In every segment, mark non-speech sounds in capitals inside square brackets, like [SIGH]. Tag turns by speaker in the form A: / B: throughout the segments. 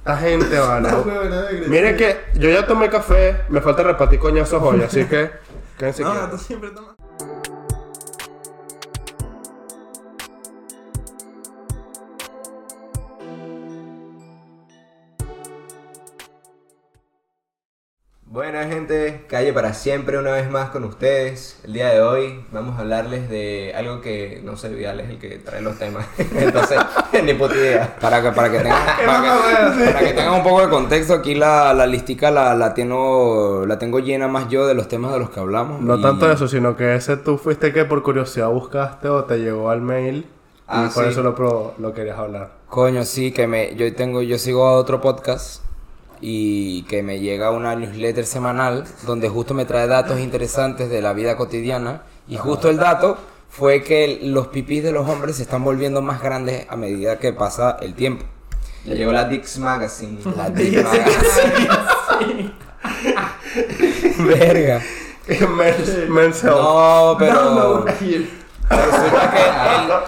A: Esta gente, vale.
B: No, huevón, nada Ah, de agresivo.
A: Miren que yo ya tomé café, me falta repartir coñazos hoy, así que quédense
B: No,
A: quietos.
B: tú siempre tomas.
C: Buena gente, calle para siempre una vez más con ustedes. El día de hoy vamos a hablarles de algo que no sé, Vidal es el que trae los temas. [LAUGHS] Entonces, ni puta idea.
D: Para que, para que tengan, [LAUGHS] para
B: mamá,
D: que, para que tengan un poco de contexto, aquí la, la listica la, la, tengo, la tengo llena más yo de los temas de los que hablamos.
A: No
D: y-
A: tanto eso, sino que ese tú fuiste que por curiosidad buscaste o te llegó al mail
C: Ah,
A: y por
C: sí.
A: eso lo, pro- lo querías hablar. [LAUGHS]
D: Coño, sí, que me, yo tengo, yo sigo a otro podcast y que me llega una newsletter semanal donde justo me trae datos interesantes de la vida cotidiana y justo el dato fue que los pipis de los hombres se están volviendo más grandes a medida que pasa el tiempo.
C: Ya llegó la Dix Magazine.
D: [LAUGHS] La tipa- Verga.
A: Men's- men's health.
D: No,
B: [LAUGHS]
D: pero
B: Gil.
D: [LAUGHS] resulta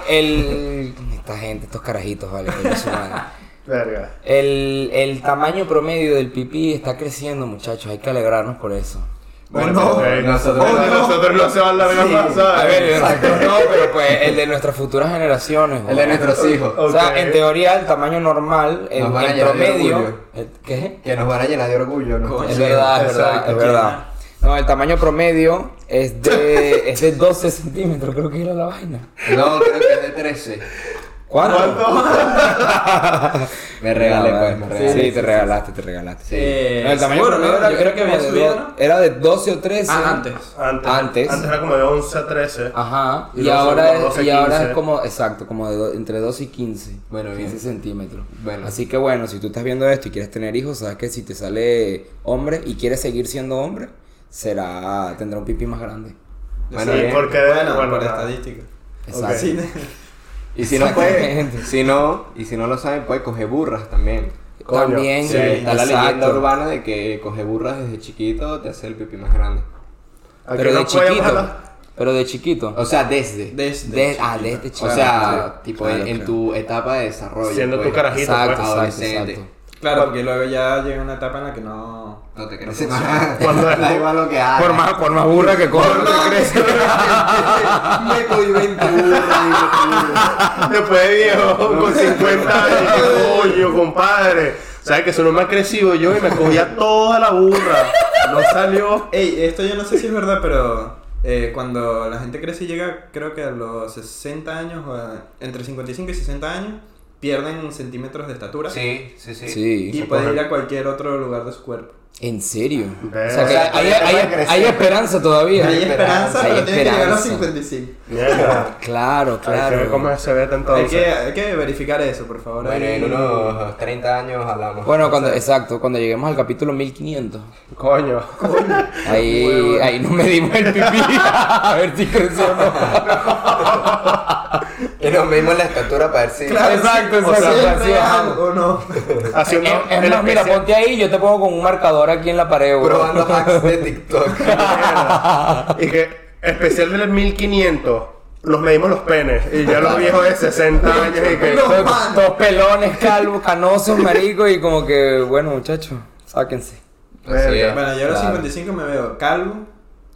D: que el, el- esta gente, estos carajitos, vale, coño su madre.
A: Verga.
D: El, el tamaño promedio del pipí está creciendo, muchachos. Hay que alegrarnos por eso. Oh,
C: Bueno,
B: No.
C: pero
A: Ey,
C: nosotros
A: no,
B: no.
A: nosotros no se van a largar más, ¿sabes?
D: A ver, el nuestro no, pero pues el de nuestras futuras generaciones.
C: El de
D: joder.
C: nuestros hijos.
D: O sea,
A: Ok.
D: en teoría, el tamaño normal, el,
C: Nos van a
D: el
C: llenar de
D: promedio.
C: orgullo.
D: el- ¿Qué?
C: Que nos van a llenar de orgullo, ¿no?
D: Es verdad, es verdad,
A: Exacto.
D: es verdad. No, el tamaño promedio es de, es de 12 centímetros, creo que era la vaina.
C: No, creo que es de 13.
D: ¿Cuánto?
C: Me regalé, pues, me
D: Ah, Sí,
C: regalé.
D: te regalaste, te regalaste.
C: Sí.
B: Eh,
D: No, el tamaño
B: bueno,
D: promedio
B: ¿no?
D: era,
B: Yo creo que había
D: como de
B: subido,
D: do-
B: ¿no?
D: Era de 12 o 13.
B: Ah, antes.
A: Antes,
D: Antes.
A: era como de 11 a 13.
D: Ajá,
A: Y
D: y,
A: luego
D: ahora,
A: son como 12,
D: es, y ahora
A: 15.
D: es como, exacto, como de do- entre 2 y 15.
C: Bueno, bien.
D: 15 centímetros.
C: Bueno.
D: Así que bueno, si tú estás viendo esto y quieres tener hijos, sabes que si te sale hombre y quieres seguir siendo hombre, será, tendrá un pipí más grande.
C: Bueno,
A: Sí,
C: bien.
A: porque-
B: Bueno,
A: bueno,
B: por
A: nada.
B: estadística.
D: Exacto.
B: Sí.
C: Y si no
D: Exactamente.
C: puede, si no, y si no lo saben, puede coger burras también.
A: Coño,
D: También,
C: Sí, está la leyenda
D: exacto.
C: urbana de que coger burras desde chiquito te hace el pipí más grande.
A: Ah, Aquí
D: Pero de
A: no podíamos
D: chiquito.
A: hablar.
D: Pero de chiquito.
C: O sea, desde.
B: Desde.
D: De- ah, de este
C: o
D: chiquito. Ah,
C: sea, tipo
D: Claro,
C: en, en
D: claro.
C: tu etapa de desarrollo.
A: Siendo tu carajito,
D: Exacto,
A: pues.
D: exacto,
C: adolescente.
D: exacto.
B: Claro, porque luego ya llega una etapa en la que [LAUGHS] no.
C: No te [LAUGHS] crees más.
A: Cuando-
C: da igual lo que hagas.
D: Por más, por más burra que coja, no te crees.
C: Me cogí 21.
A: Después de pues,
D: [LAUGHS]
A: viejo, con 50 años, que, coño, compadre. Sabes que solo me ha crecido yo y me cogía toda la burra. No salió.
B: Ey, esto yo no sé si es verdad, pero eh, cuando la gente crece y llega, creo que a los 60 años, o a- entre 55 y 60 años, pierden centímetros de estatura
C: Sí, sí, sí.
B: y
D: Sí.
B: pueden ir a cualquier otro lugar de su cuerpo.
D: ¿En serio?
A: Ve.
D: O sea, que
C: O sea,
D: hay,
C: todavía
D: hay-
C: va a crecer.
D: hay esperanza todavía.
B: Hay esperanza,
D: Hay
B: pero tiene que llegar a los
D: esperanza.
B: 55.
A: Mierda.
D: Claro,
A: Hay que ver
D: claro.
A: cómo se ve
B: Hay
A: entonces.
B: que, hay que verificar eso, por favor.
C: Bueno,
B: ahí.
C: en unos 30 años hablamos.
D: Bueno, cuando, exacto, cuando lleguemos al capítulo 1500,
A: Coño. [LAUGHS]
D: ahí, ahí nos medimos el pipí, a ver si creció o no.
C: Y nos medimos la estatura para ver si.
B: Claro,
D: Exacto,
B: sí, o
D: exacto,
B: sea,
D: así
B: ¿es real
D: es.
B: o
D: [LAUGHS]
B: no. [LAUGHS]
A: Así uno-
D: Es- es
A: el
D: más, mira,
A: especial-
D: ponte ahí, yo te pongo con un marcador aquí en la pared, güey. [LAUGHS]
C: Probando hacks de TikTok.
A: [LAUGHS] Mierda. Y que especial del 1500. Nos medimos los penes. Y ya los viejos de 60 años y que.
D: Todos- Todos pelones, calvos, canosos, marico, y como que, bueno, muchachos, sáquense.
C: Así es.
B: Bueno, yo a los
D: Claro.
B: 55 me veo calvo,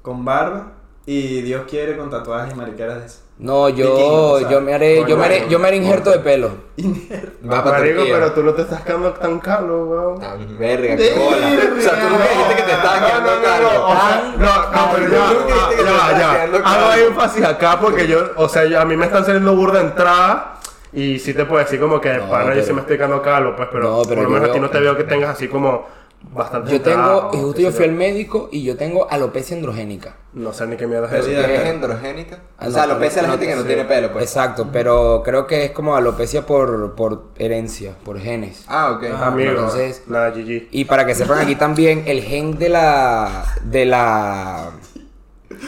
B: con barba y Dios quiere con tatuajes y mariqueras de eso. [LAUGHS]
D: No, yo,
B: Vikingo, o sea,
D: yo me haré, yo me haré,
C: coño.
D: yo me haré injerto de pelo. Ah,
C: Va para
A: Marico,
C: Turquía.
A: pero tú no te estás quedando tan calvo, weón.
C: Tan verga, qué bola.
B: Verga.
C: O sea, tú nunca dijiste que te estabas
A: No,
C: quedando
A: no, no,
C: calvo.
A: no, o sea, no, no, pero ya,
C: Yo creo que
A: ya,
C: te
A: va,
C: estás
A: ya.
C: quedando
A: Hago
C: calvo.
A: énfasis acá porque yo, o sea, yo- a mí me están saliendo burda entrada y sí te puedo decir como que,
D: No,
A: pana, yo
D: pero-
A: sí me estoy quedando calvo, pues, pero,
D: No, pero
A: por lo
D: yo
A: menos a ti
D: veo-
A: no te veo que tengas así como bastante
D: Yo tengo,
A: entrada,
D: y
A: o
D: justo
A: qué
D: yo
A: sé
D: fui al médico y yo tengo alopecia androgénica.
A: No sé ni qué mierda es eso.
B: Pero
C: ¿Eres androgénica?
D: Ah,
C: O sea,
D: no,
C: lo pese a la
D: no,
C: gente que no
D: sí.
C: tiene pelo, pues.
D: Exacto, pero creo que es como alopecia por, por herencia, por genes.
C: Ah, ok.
B: Ah,
A: Amigo,
D: entonces-
A: nada, GG.
D: Y para que sepan aquí también, el gen de la. de la.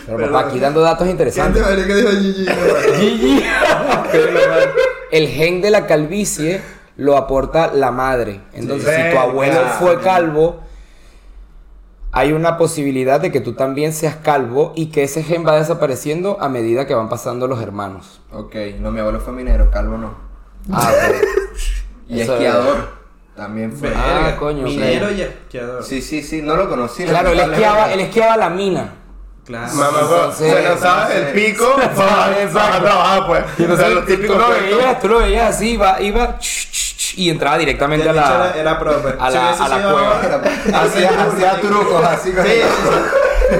D: Pero
B: Pero-
D: papá, aquí dando datos
B: Gente,
D: interesantes.
B: vale que dijo Gigi. no, vale.
D: [LAUGHS]
B: [LAUGHS]
D: Gigi. el gen de la calvicie lo aporta la madre. Entonces,
A: Sí.
D: si tu abuelo
A: Verga.
D: fue calvo, hay una posibilidad de que tú también seas calvo y que ese gen va desapareciendo a medida que van pasando los hermanos.
C: Ok, no, mi abuelo fue minero, calvo no.
D: Ah, ok.
C: Y
D: [LAUGHS] Eso-
C: esquiador. También fue.
D: Ah, coño,
B: Minero
D: claro.
B: y esquiador.
C: Sí, sí, sí, no lo conocí.
D: Claro, él
C: [LAUGHS]
D: esquiaba, él esquiaba la mina.
B: Claro.
A: Mamá, bueno,
D: Entonces-
A: se lanzaba el pico para para trabajar, pues.
D: Yo no
A: o sea,
D: sé,
A: los típicos
D: tú lo
A: cuentos.
D: veías, tú lo veías así, iba, iba ch, ch, ch, y entraba
B: El
D: directamente a
B: bicho
D: la,
B: era, era profe.
D: a la-
B: Si hubiese
D: a la
B: sido- pues.
D: cueva. [LAUGHS]
C: pues, Hacía, hacía trucos así con
B: Sí,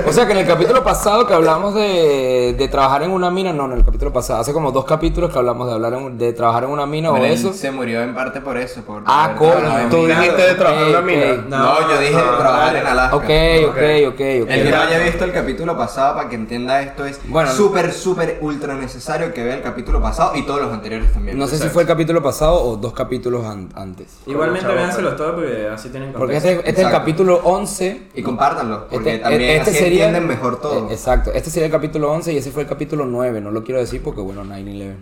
D: O sea que en el capítulo pasado que hablamos de, de trabajar en una mina, no, en el capítulo pasado, hace como dos capítulos que hablamos de hablar en- de trabajar en una mina
C: Pero
D: o
C: él
D: eso.
C: Se murió en parte por eso. Por
D: Ah,
C: por-
D: coño, tú
A: Tú dijiste de trabajar en la
D: Ok,
A: mina.
D: ok.
C: No, yo dije de trabajar en Alaska.
D: Ok, ok, ok, ok.
C: El que no haya visto el capítulo pasado, para que entienda esto, es
D: Bueno,
C: súper, súper, ultra necesario que vea el capítulo pasado y todos los anteriores también.
D: No sé si fue el capítulo pasado o dos capítulos an- antes.
B: Igualmente
D: pues.
B: véanselo todo porque así tienen
D: Porque
B: contexto.
D: este, este es el
C: Exacto.
D: capítulo 11.
C: Y compártanlo, porque
D: Este,
C: también
D: este
C: así
D: sería,
C: entienden mejor todo.
D: Eh, Exacto, este sería el capítulo 11 y ese fue el capítulo 9. No lo quiero decir porque, bueno, 9-11.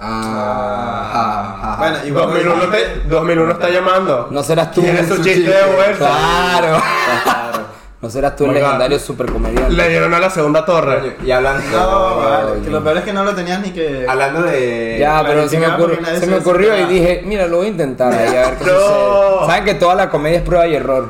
C: Ah, ja, ja, ja.
B: Bueno, igual.
A: 2001 te- 2001 está llamando.
D: No serás tú.
A: ¿Quieres un
D: Su
A: chiste de vuelta?
D: Claro.
C: Claro.
D: No serás tú el
A: Oiga.
D: legendario supercomediante.
A: Le dieron a la segunda torre.
C: [LAUGHS] Y hablando,
B: No, vale. Que lo peor es que no lo tenías ni que.
C: hablando de.
D: Ya,
B: Eh,
D: pero se me,
B: planificado
D: ocurrió-
B: porque nadie
D: se
B: se
D: me ocurrió y
B: desesperaba.
D: dije, mira, lo voy a intentar ahí a ver qué
A: [LAUGHS] No.
D: sucede. Saben que toda la comedia es prueba y error.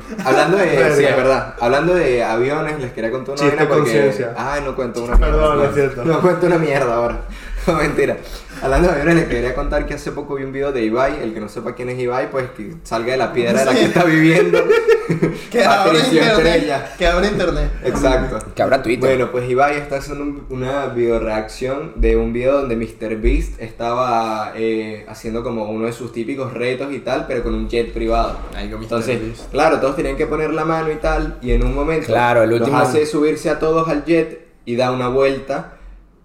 A: [LAUGHS]
C: Hablando de.
A: Verga.
C: sí, es verdad. Hablando de aviones, les quería contar una
A: Chiste
C: vaina porque-
A: conciencia.
C: Ay, no cuento una mierda.
A: Perdón,
C: no,
A: es cierto.
C: No cuento una mierda ahora. [LAUGHS] No, mentira. Hablando de aviones, les quería contar que hace poco vi un video de Ibai. El que no sepa quién es Ibai, pues que salga de la piedra de la que
A: [LAUGHS]
C: está viviendo. [LAUGHS]
B: Que abra
C: Patricio
B: internet.
C: Estrella.
B: Que abra internet.
C: Exacto.
D: [LAUGHS] Que habrá Twitter.
C: Bueno, pues Ibai está haciendo un- una videoreacción de un video donde MrBeast estaba eh, haciendo como uno de sus típicos retos y tal, pero con un jet privado. Entonces, claro, todos tenían que poner la mano y tal, y en un momento
D: Claro, el
C: los
D: último-
C: hace subirse a todos al jet y da una vuelta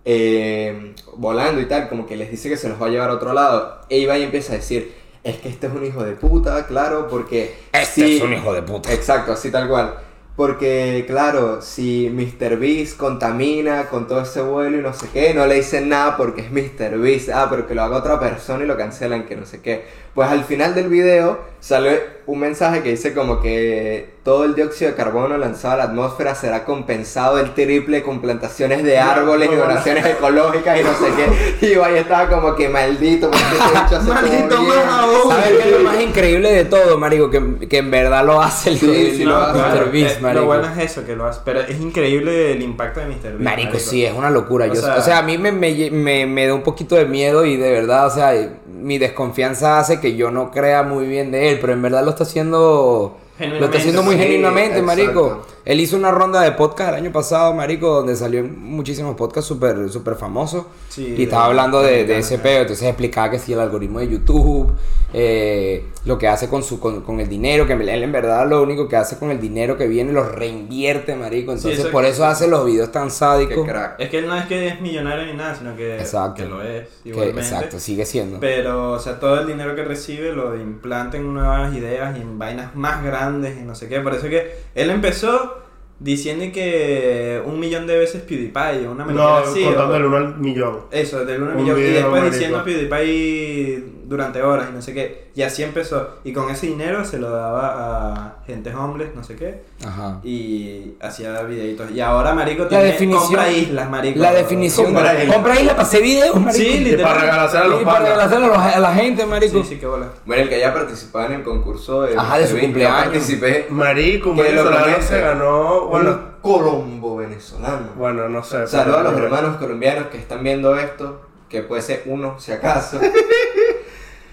C: eh, volando y tal, como que les dice que se los va a llevar a otro lado. E Ibai empieza a decir, es que este es un hijo de puta, claro, porque...
D: Este
C: si-
D: es un hijo de puta.
C: Exacto, así tal cual. Porque, claro, si Mr. Beast contamina con todo ese vuelo y no sé qué, no le dicen nada porque es Mr. Beast. Ah, pero que lo haga otra persona y lo cancelan, que no sé qué. Pues al final del video sale un mensaje que dice como que todo el dióxido de carbono lanzado a la atmósfera será compensado el triple con plantaciones de árboles y donaciones ecológicas y no sé
B: [LAUGHS]
C: qué. Y yo ahí estaba como que maldito, porque este bicho hace todo
B: Maldito
C: bien".
B: más aún.
D: ¿Sabes qué es lo más increíble de todo, marico? Que, que en verdad lo hace el
C: Sí,
D: hijo
C: sí
D: de
C: lo
D: Mr.
C: hace.
B: claro,
D: Beast,
B: eh,
D: marico.
B: Lo bueno es eso que lo hace. Pero es increíble el impacto de Mr. Beast.
D: Marico, sí, es una locura. Yo,
B: O
D: o, sea,
B: sea-
D: a mí me, me, me- me da un poquito de miedo y de verdad, o sea, mi desconfianza hace que yo no crea muy bien de él, pero en verdad lo está haciendo. Lo está
B: Genuinamente,
D: haciendo muy
C: sí,
D: genuinamente, marico.
C: exacto.
D: Él hizo una ronda de podcast el año pasado, marico, donde salió en muchísimos podcasts súper super famosos.
B: Sí,
D: y
B: de-
D: estaba hablando de, de ese
B: claro.
D: peo. Entonces explicaba que sí, el algoritmo de YouTube, eh, lo que hace con, su, con, con el dinero, que él en verdad lo único que hace con el dinero que viene lo reinvierte, marico.
B: Sí,
D: Entonces
B: eso-
D: por eso hace los videos tan
C: Qué
D: sádicos.
C: crack.
B: Es que él no es que es millonario ni nada, sino que,
D: Exacto.
B: que lo es.
D: Que,
B: Igualmente.
D: exacto, sigue siendo.
B: Pero, o sea, todo el dinero que recibe lo implanta en nuevas ideas y en vainas más grandes y no sé qué. Por eso que él empezó diciendo que un millón de veces PewDiePie o una
A: No,
B: mentira así. o-
A: contando el 1 al millón.
B: Eso, del 1 al
A: Un
B: millón. Y
A: video,
B: después
A: marico.
B: diciendo PewDiePie durante horas y no sé qué. Y así empezó. Y con ese dinero se lo daba a gente homeless, no sé qué.
D: Ajá.
B: Y hacía videitos. Y ahora, marico,
D: La
B: tiene-
D: definición-
B: compra islas, marico.
D: La definición
A: Compra
D: de
A: isla.
D: compra isla para hacer videos, marico.
B: Sí,
A: Y para
B: literal.
A: regalarse a los
D: Y para
A: panas.
D: hacer a, los- a la gente, marico.
B: Sí, sí, qué bola.
C: Bueno, el que haya participado en el concurso de
D: Ajá, de
C: Mr.
D: su
C: Bean, yo
D: cumpleaños.
C: participé.
A: Marico, un
C: Que lo
A: venezolano
C: comente.
A: se ganó. Bueno,
C: un colombo venezolano.
A: bueno, no sé.
C: Saludos a los
A: pero-
C: hermanos colombianos que están viendo esto, que puede ser uno si
D: [LAUGHS]
C: acaso.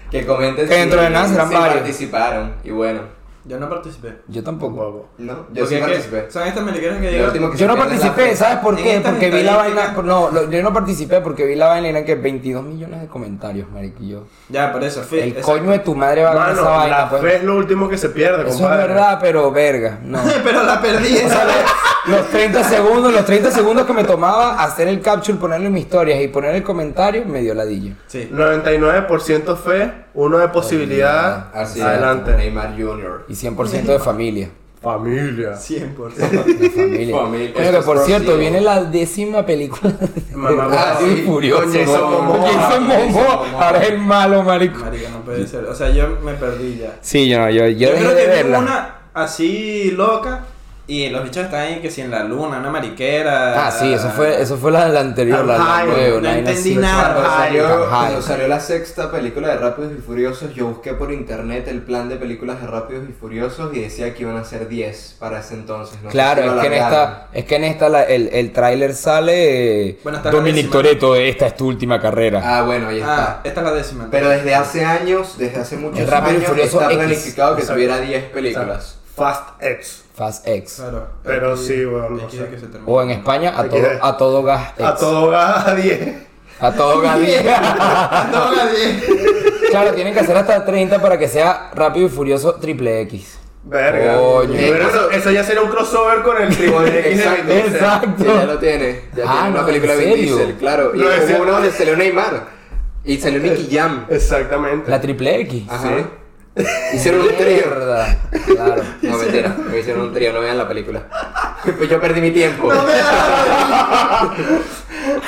C: que comenten
D: Que dentro de nada serán
C: si
D: varios.
C: participaron. Y bueno,
B: Yo no participé.
D: Yo tampoco.
A: Tampoco.
C: no, yo
B: Porque
C: sí
B: es que
C: participé.
B: Son estas mariqueras que
C: Lo
B: llegan.
C: último que se
D: Yo no
C: pierde es la
D: participé,
C: fe.
D: ¿sabes por
B: En
D: qué?
B: estas
D: Porque vi la vaina.
B: estadísticas-
D: No, lo- yo no participé porque vi la vaina y eran que 22 millones de comentarios, marico. y yo,
B: Ya, por eso, fui.
D: El
B: Eso-
D: coño de tu madre va a ganar
A: Mano,
D: esa vaina,
A: la
D: pues.
A: fe es lo último que se pierde,
D: Eso es
A: compadre.
D: verdad, pero verga.
A: [LAUGHS]
D: No.
B: [LAUGHS] Pero la perdí.
D: O sea, lo- los 30 segundos, los 30 segundos que me tomaba hacer el capture, ponerlo en mis historias y poner el comentario, me dio ladillo.
B: Sí.
A: 99% fe, 1 de posibilidad.
C: Así es,
A: adelante.
C: Neymar Jr.
D: Y 100% de familia.
A: Familia.
B: 100%.
D: De familia.
C: Familia.
D: Coño,
C: Eso
D: que
C: es
D: por cierto,
C: próximo.
D: viene la décima película de
A: Mamá,
D: Rápido y
C: sí,
D: Furioso.
C: con Jason Momoa.
D: Jason Momoa.
C: Jason Momoa.
D: Ahora es el malo, marico.
B: Marica, no puede ser. O sea, yo me perdí ya.
D: Sí, yo, yo, yo,
B: Yo
D: dejé
B: creo
D: de
B: que vi
D: verla.
B: una así loca Y los bichos están ahí que si en la luna, una mariquera.
D: Ah, sí, eso fue, eso fue la, la anterior, la, la
A: Ajá,
D: nueva,
A: no
D: una vaina
B: entendí
D: así.
B: nada.
C: Cuando
A: Ajá,
C: salió,
D: ajá.
C: cuando salió la sexta película de Rápidos y Furiosos, yo busqué por internet el plan de películas de Rápidos y Furiosos y decía que iban a ser 10 para ese entonces. No sé
D: Claro,
C: si lo
D: es que, en
C: alargaron.
D: esta, es que en esta la- el, el tráiler sale eh,
B: Bueno, está
D: Dominic
B: clarísimo.
D: Toretto, esta es tu última carrera.
C: Ah, bueno, ahí
B: Ah,
C: está.
B: esta es la décima.
C: Pero desde hace años, desde hace muchos
D: El Rápido y
C: años,
D: Furioso
C: está
D: X.
C: planificado que
A: Exacto.
C: tuviera 10 películas.
A: Fast X.
D: Fast X.
B: Claro.
A: Pero
B: Aquí-
A: sí, bueno,
B: aquí
A: no
B: es
A: sé.
B: que se termina.
D: O en España, a
A: Aquí
D: todo,
A: es.
D: a todo gas X.
A: A todo gas a 10.
D: A todo gas X. [LAUGHS]
B: Ah, No, nadie.
D: Claro, tienen que hacer hasta 30 para que sea Rápido y Furioso triple X.
A: Verga.
D: Coño.
A: Pero eso, eso ya sería un crossover con el Triple X de
C: Exacto.
A: Vin Diesel.
D: Exacto.
C: Sí, ya lo tiene. Ya
D: Ah,
C: tiene
D: no,
C: una película
D: ¿en
C: de Vin
D: serio?
C: Diesel, claro. Y
A: No, en
C: hubo
A: serio.
C: uno donde salió Neymar. Y salió Nicky Jam.
A: eh, Exactamente.
D: La triple X.
C: Ajá.
D: [LAUGHS]
C: Hicieron un trío.
D: Mierda. Claro.
C: No, mentira. No hicieron un trío, no vean la película. [LAUGHS] Pues yo perdí mi tiempo.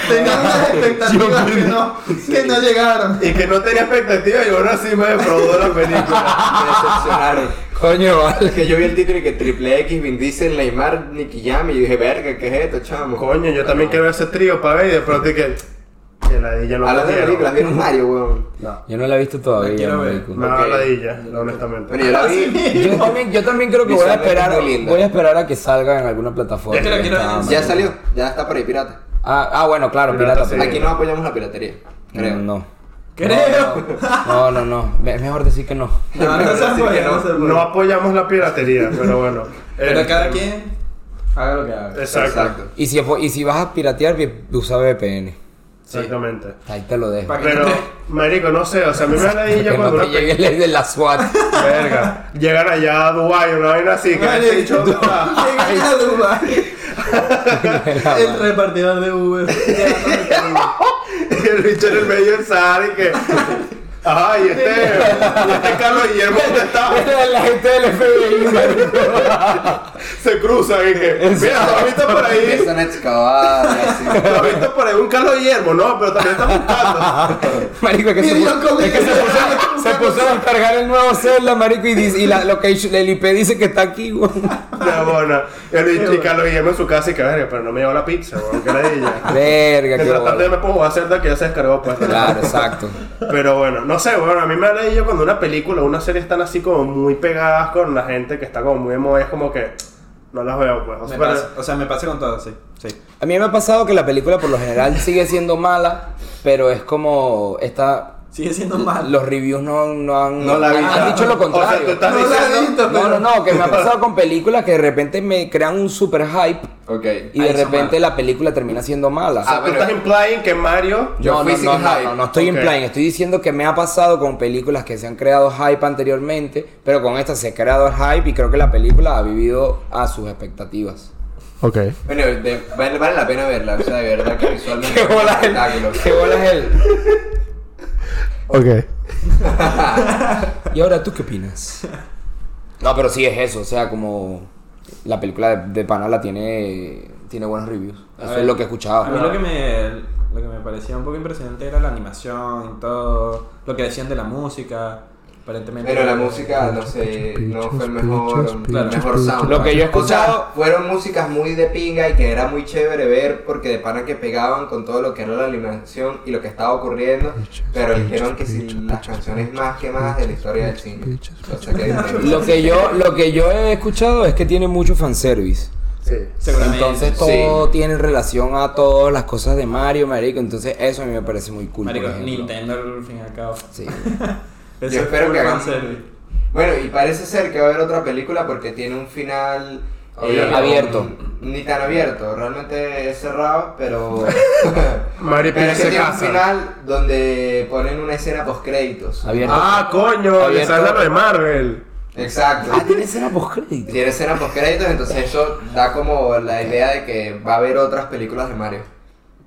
B: Tenían
D: [LAUGHS]
B: unas expectativas que no, que no llegaron.
A: Y que no tenía expectativa y ahora sí me defraudó la película.
C: Me decepcionaron.
D: Coño,
C: [LAUGHS]
D: vale.
C: Es que yo vi el título y que Triple X, Vin Diesel, Neymar, Nicky Jam. Y yo dije, verga, ¿qué es esto, chamo?
A: Coño, yo también quiero ese trío para ver y de pronto y que. Que la dilla no
C: Hablando de
A: quiero.
C: películas, vieron Mario, weón.
A: No,
D: Yo no la he visto
B: La
D: todavía.
B: quiero ver.
D: marico.
A: me da
C: Ok.
A: la dilla, no, honestamente.
C: Bueno, yo la vi.
D: Yo también, yo también creo que voy a
C: Visualmente
D: esperar,
C: muy linda.
D: voy a esperar a que salga en alguna plataforma.
A: Es que la
D: que
B: quiero
D: está
B: ver en
D: mal.
C: Ya salió, ya está por ahí, pirata.
D: Ah, ah, bueno, claro,
A: Pirata,
D: pirata.
A: sí.
D: pero-
C: Aquí no apoyamos la piratería, creo.
D: No,
B: Creo.
D: no, no, no. Me- Es mejor decir que no.
B: No, no se
C: Así
B: puede,
C: que
B: no
C: no.
B: se puede.
A: No apoyamos la piratería, pero bueno.
B: Pero
A: Eh,
B: cada quien haga lo que haga.
A: Exacto.
C: Exacto.
D: Y si, y si vas a piratear, vi- usa VPN.
A: Exactamente.
D: Ahí te lo dejo.
B: Pa' que
A: Pero,
B: no te-
A: marico, no sé, o sea, a mí me da la
D: Que
A: dilla
D: no
A: cuando
D: te
A: una
D: llegue el de
A: [LAUGHS]
D: la SWAT.
A: Verga. Llegan allá a Dubái, una vaina así, que
B: Vale,
A: ese
D: [LAUGHS]
A: bicho
B: tú-
A: está-
B: "Ah, Llegué a Dubái. El repartidor de
D: [LAUGHS]
B: Uber.
A: [LAUGHS] el bicho en el medio del Sahara y que. Ay, este. y este Carlos Guillermo ¿dónde
D: [LAUGHS]
A: está?
D: la gente del FBI. marico.
A: Se cruzan y que. Mira, tú ahorita por
D: [LAUGHS]
A: ahí.
C: Empiezan a excavar, y
A: [LAUGHS]
C: así.
A: Tú ahorita por ahí un Carlos Guillermo, no, pero también está
D: [LAUGHS]
A: buscando.
D: Marico, es que, se,
B: Y yo
D: puso-
B: comí.
D: es que se
A: [LAUGHS]
D: puso, se puso a descargar el nuevo celda, marico, y, dice- y la location, el IP dice que está aquí, güey.
A: No, bueno. Y el bicho- y Carlos Guillermo en su casa y que, verga, pero no me llevó la pizza, weón, que era
D: [LAUGHS]
A: ella.
D: Verga, qué
A: Mientras tanto
D: bola.
A: yo me pongo a hacer de que ya se descargó, pues.
D: Claro, exacto.
A: Pero bueno, no sé, bueno, a mí me da la idea cuando una película o una serie están así como muy pegadas con la gente que está como muy emo, es como que no las veo, pues. O sea,
B: Me
A: pero-
B: pasa- o sea, me pasa con todo, sí. sí.
D: A mí me ha pasado que la película por lo general sigue siendo mala, pero es como esta
B: Sigue siendo mal.
D: los reviews no, no han,
C: No la
D: han-
C: vi.
D: han dicho lo
A: o sea, tú
D: contrario.
A: estás
B: No la he
A: diciendo.
B: visto,
D: no, no,
B: pero-
D: no, que me ha pasado con películas que de repente me crean un super hype
C: Ok.
D: y de
B: Ah, eso
D: repente la película termina siendo mala.
A: Ah,
C: Ah,
A: tú
C: bueno.
A: estás implying que Mario.
C: Yo
D: no,
C: fui
D: no,
C: sin
D: no, no,
C: hype.
D: no, no estoy
A: Ok.
D: implying, estoy diciendo que me ha pasado con películas que se han creado hype anteriormente, pero con esta se ha creado el hype y creo que la película ha vivido a sus expectativas.
A: Ok.
C: Bueno, de- vale, vale la pena verla, o sea, de verdad
A: [LAUGHS]
C: que visualmente.
D: ¿Qué bola es
C: espectáculo.
D: él? ¿Qué bola es él?
A: Ok.
D: ¿Y ahora tú qué opinas? [LAUGHS] No, pero sí es eso, o sea, como la película de, de Pana la tiene, tiene buenos reviews.
B: A
D: Eso
B: ver,
D: es lo que he escuchado.
B: A mí lo que me lo que me parecía un poco impresionante era la animación y todo lo que decían de la música, aparentemente.
C: Pero la música, no sé, no fue el mejor,
B: claro.
C: el mejor sound.
D: Lo que yo
C: O
D: he escuchado-
C: sea, fueron músicas muy de pinga y que era muy chévere ver porque de pana que pegaban con todo lo que era la animación y lo que estaba ocurriendo. Pero dijeron que si las canciones más que más de la historia del cine. O sea, que
D: Lo que yo, lo que yo he escuchado es que tiene mucho fanservice.
A: Sí.
B: seguramente
D: Entonces
C: Sí.
D: todo tiene relación a todas las cosas de Mario, marico. Entonces eso a mí me parece muy cool.
B: Marico,
D: por ejemplo.
B: Nintendo al fin y al cabo. [LAUGHS]
D: Sí.
B: Eso
C: Yo
B: es
C: espero
B: full
C: que hagan-
B: fanservice.
C: Bueno, y parece ser que va a haber otra película porque tiene un final eh,
A: Abierto.
D: Abierto.
C: Ni tan abierto, realmente es cerrado,
D: [LAUGHS]
C: pero. [LAUGHS]
A: Mario
C: pero
A: Pérez
C: es que
A: se
C: tiene un
A: casa.
C: final donde ponen una escena post créditos.
D: Abierto.
A: Ah, coño,
D: Abierto.
A: le sale lo de Marvel.
C: Exacto.
D: Ah, tiene escena post-crédito.
C: Tiene escena post créditos, entonces eso da como la idea de que va a haber otras películas de Mario.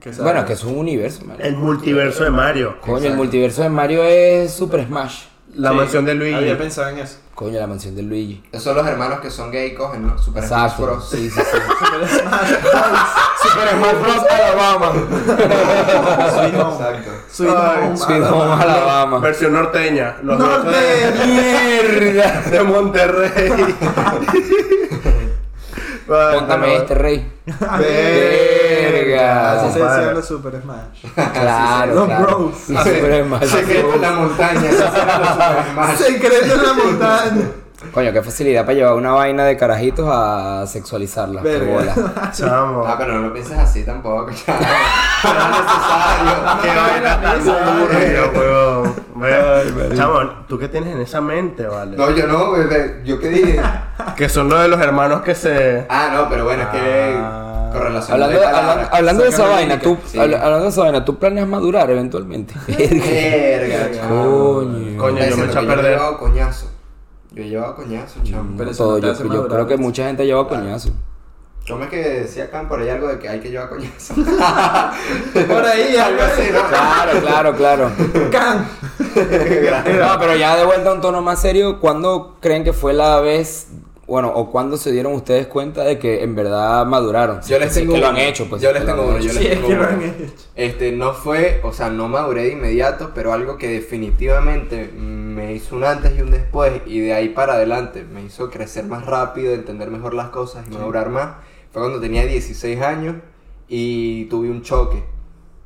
B: Que salga.
D: Bueno, que es un universo, marico.
A: El multiverso de Mario.
D: Coño, el
C: Exacto.
D: multiverso de Mario es Super Smash.
A: La
B: Sí,
A: mansión de Luigi.
B: Había pensado en eso.
D: Coño, la mansión de Luigi.
C: Esos son los hermanos que son gay cogen ¿no? Super Smash
D: Exacto.
C: Bros.
D: Sí, sí, sí.
B: Pero es más,
D: Super Smash Bros. Alabama.
B: Sweet Home.
C: Exacto.
B: Sweet
A: Ay,
B: Home,
D: Sweet
B: Alabama.
D: Home Alabama.
A: Versión norteña. Los
B: Norte.
A: dos [LAUGHS]
D: Mierda.
A: de- De Monterrey.
D: Póntame este rey. Verga.
B: Así se
A: compadre.
B: decían los Super Smash.
D: Claro,
B: Los
D: claro.
B: bros.
D: Y Super Smash.
C: Secreto en la montaña, se hicieron los Super Smash.
B: Secreto en la montaña.
D: Coño, qué facilidad para llevar una vaina de carajitos a sexualizarla. qué
B: Verga.
D: bola.
A: Chamo.
C: No, Ah, pero no lo pienses así tampoco, chaval. No es
A: Qué
C: necesario.
A: vaina tan turbia, huevón. Ve- Chamo, ¿tú qué tienes en esa mente, vale?
C: No, yo no, bebé. ¿Yo qué dije?
A: Que son los de los hermanos que se.
C: Ah, no, pero bueno, es que
B: Ah.
C: correlación.
D: Hablando,
C: palabras.
D: hablando- hablando de esa
C: Sácame
D: vaina,
C: límite.
D: tú,
C: Sí.
D: habla- hablando de esa vaina, tú planeas
B: [LAUGHS]
D: madurar eventualmente. Verga.
C: Verga, chamo.
D: Coño.
A: Coño,
C: Está
A: yo me
C: diciendo
A: eché a
C: que
A: perder.
C: Yo he llevado coñazo. Yo he llevado coñazo, chamo.
B: Pero eso
D: Todo,
B: no te
D: yo,
B: hace
D: yo
B: madurar,
D: creo que
B: ¿ves?
D: mucha gente lleva coñazo.
C: ¿Cómo es que decía acá por ahí algo de que hay que llevar coñazo?
B: Por ahí,
C: algo así, ¿no?
D: Claro, claro, claro.
B: Can.
A: [LAUGHS]
D: No, pero ya de vuelta a un tono más serio, ¿cuándo creen que fue la vez, bueno, o cuándo se dieron ustedes cuenta de que en verdad maduraron?
C: Yo les
D: Sí,
C: tengo
D: que lo han
C: uno.
D: hecho, pues.
C: Yo
D: que
C: les
D: lo
C: tengo
D: han
C: uno,
D: hecho.
C: yo les
B: Sí, es
C: tengo
B: que lo
C: uno.
B: han hecho.
C: [LAUGHS] Este, no fue, o sea, no maduré de inmediato, pero algo que definitivamente me hizo un antes y un después, y de ahí para adelante me hizo crecer más rápido, entender mejor las cosas y madurar más, fue cuando tenía 16 años y tuve un choque.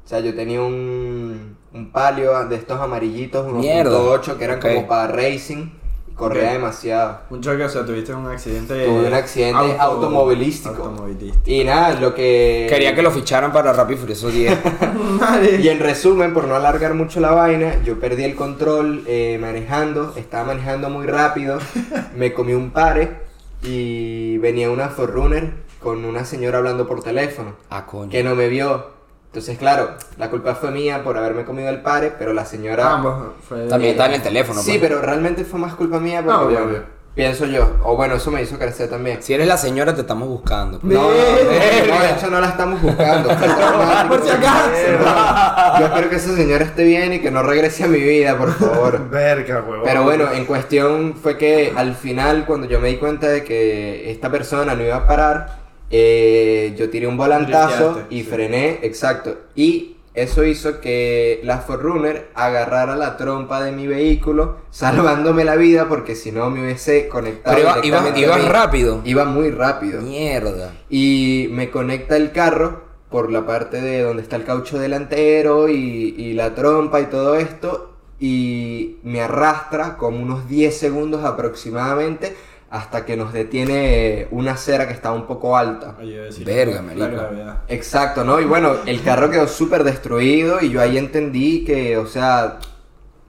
C: O sea, yo tenía un, un palio de estos amarillitos, unos
D: Mierda.
C: 8 que eran
D: Ok.
C: como para racing, y corría
B: Ok.
C: demasiado.
B: Un choque, o sea, tuviste un accidente.
C: Tuve un accidente automovilístico.
B: Automovilístico.
C: Y nada, lo que...
D: Quería que lo ficharan para Rapid Furioso 10.
B: [LAUGHS] Madre.
C: [LAUGHS] Y en resumen, por no alargar mucho la vaina, yo perdí el control eh, manejando, estaba manejando muy rápido,
D: [LAUGHS]
C: me comí un pare y venía una forerunner con una señora hablando por teléfono
D: ah, coño.
C: que no me vio. Entonces, claro, la culpa fue mía por haberme comido el pare, pero la señora...
B: Ambos. Ah, pues, Fue...
D: También está en el Ah, teléfono.
C: Sí,
D: pues. Ah,
C: pero realmente fue más culpa mía
B: No,
C: porque,
B: obvio,
C: bueno,
B: obvio.
C: pienso yo. O bueno, eso me hizo crecer también.
D: Si eres la señora, te estamos buscando. pues.
C: No, no,
B: Verga.
C: no, eso no la estamos buscando. Fue traumático.
B: Por si acaso.
C: Yo espero que esa señora esté bien y que no regrese a mi vida, por favor.
A: Verga, huevón.
C: Pero bueno, en cuestión fue que al final, cuando yo me di cuenta de que esta persona no iba a parar, eh, yo tiré un volantazo
B: Drifteaste,
C: y
B: sí.
C: frené, exacto. Y eso hizo que la Forerunner agarrara la trompa de mi vehículo, salvándome la vida, porque si no me hubiese conectado.
D: Pero iba- iba-
C: directamente a
D: ibas
C: mí.
D: rápido.
C: Iba muy rápido
D: Mierda.
C: y me conecta el carro por la parte de donde está el caucho delantero y, y la trompa y todo esto y me arrastra como unos 10 segundos aproximadamente hasta que nos detiene una acera que está un poco alta.
B: Oye, iba a decir,
D: Verga,
B: la
D: marico.
B: gravedad.
C: Exacto, ¿no? Y bueno, el carro quedó súper destruido y yo ahí entendí que, o sea,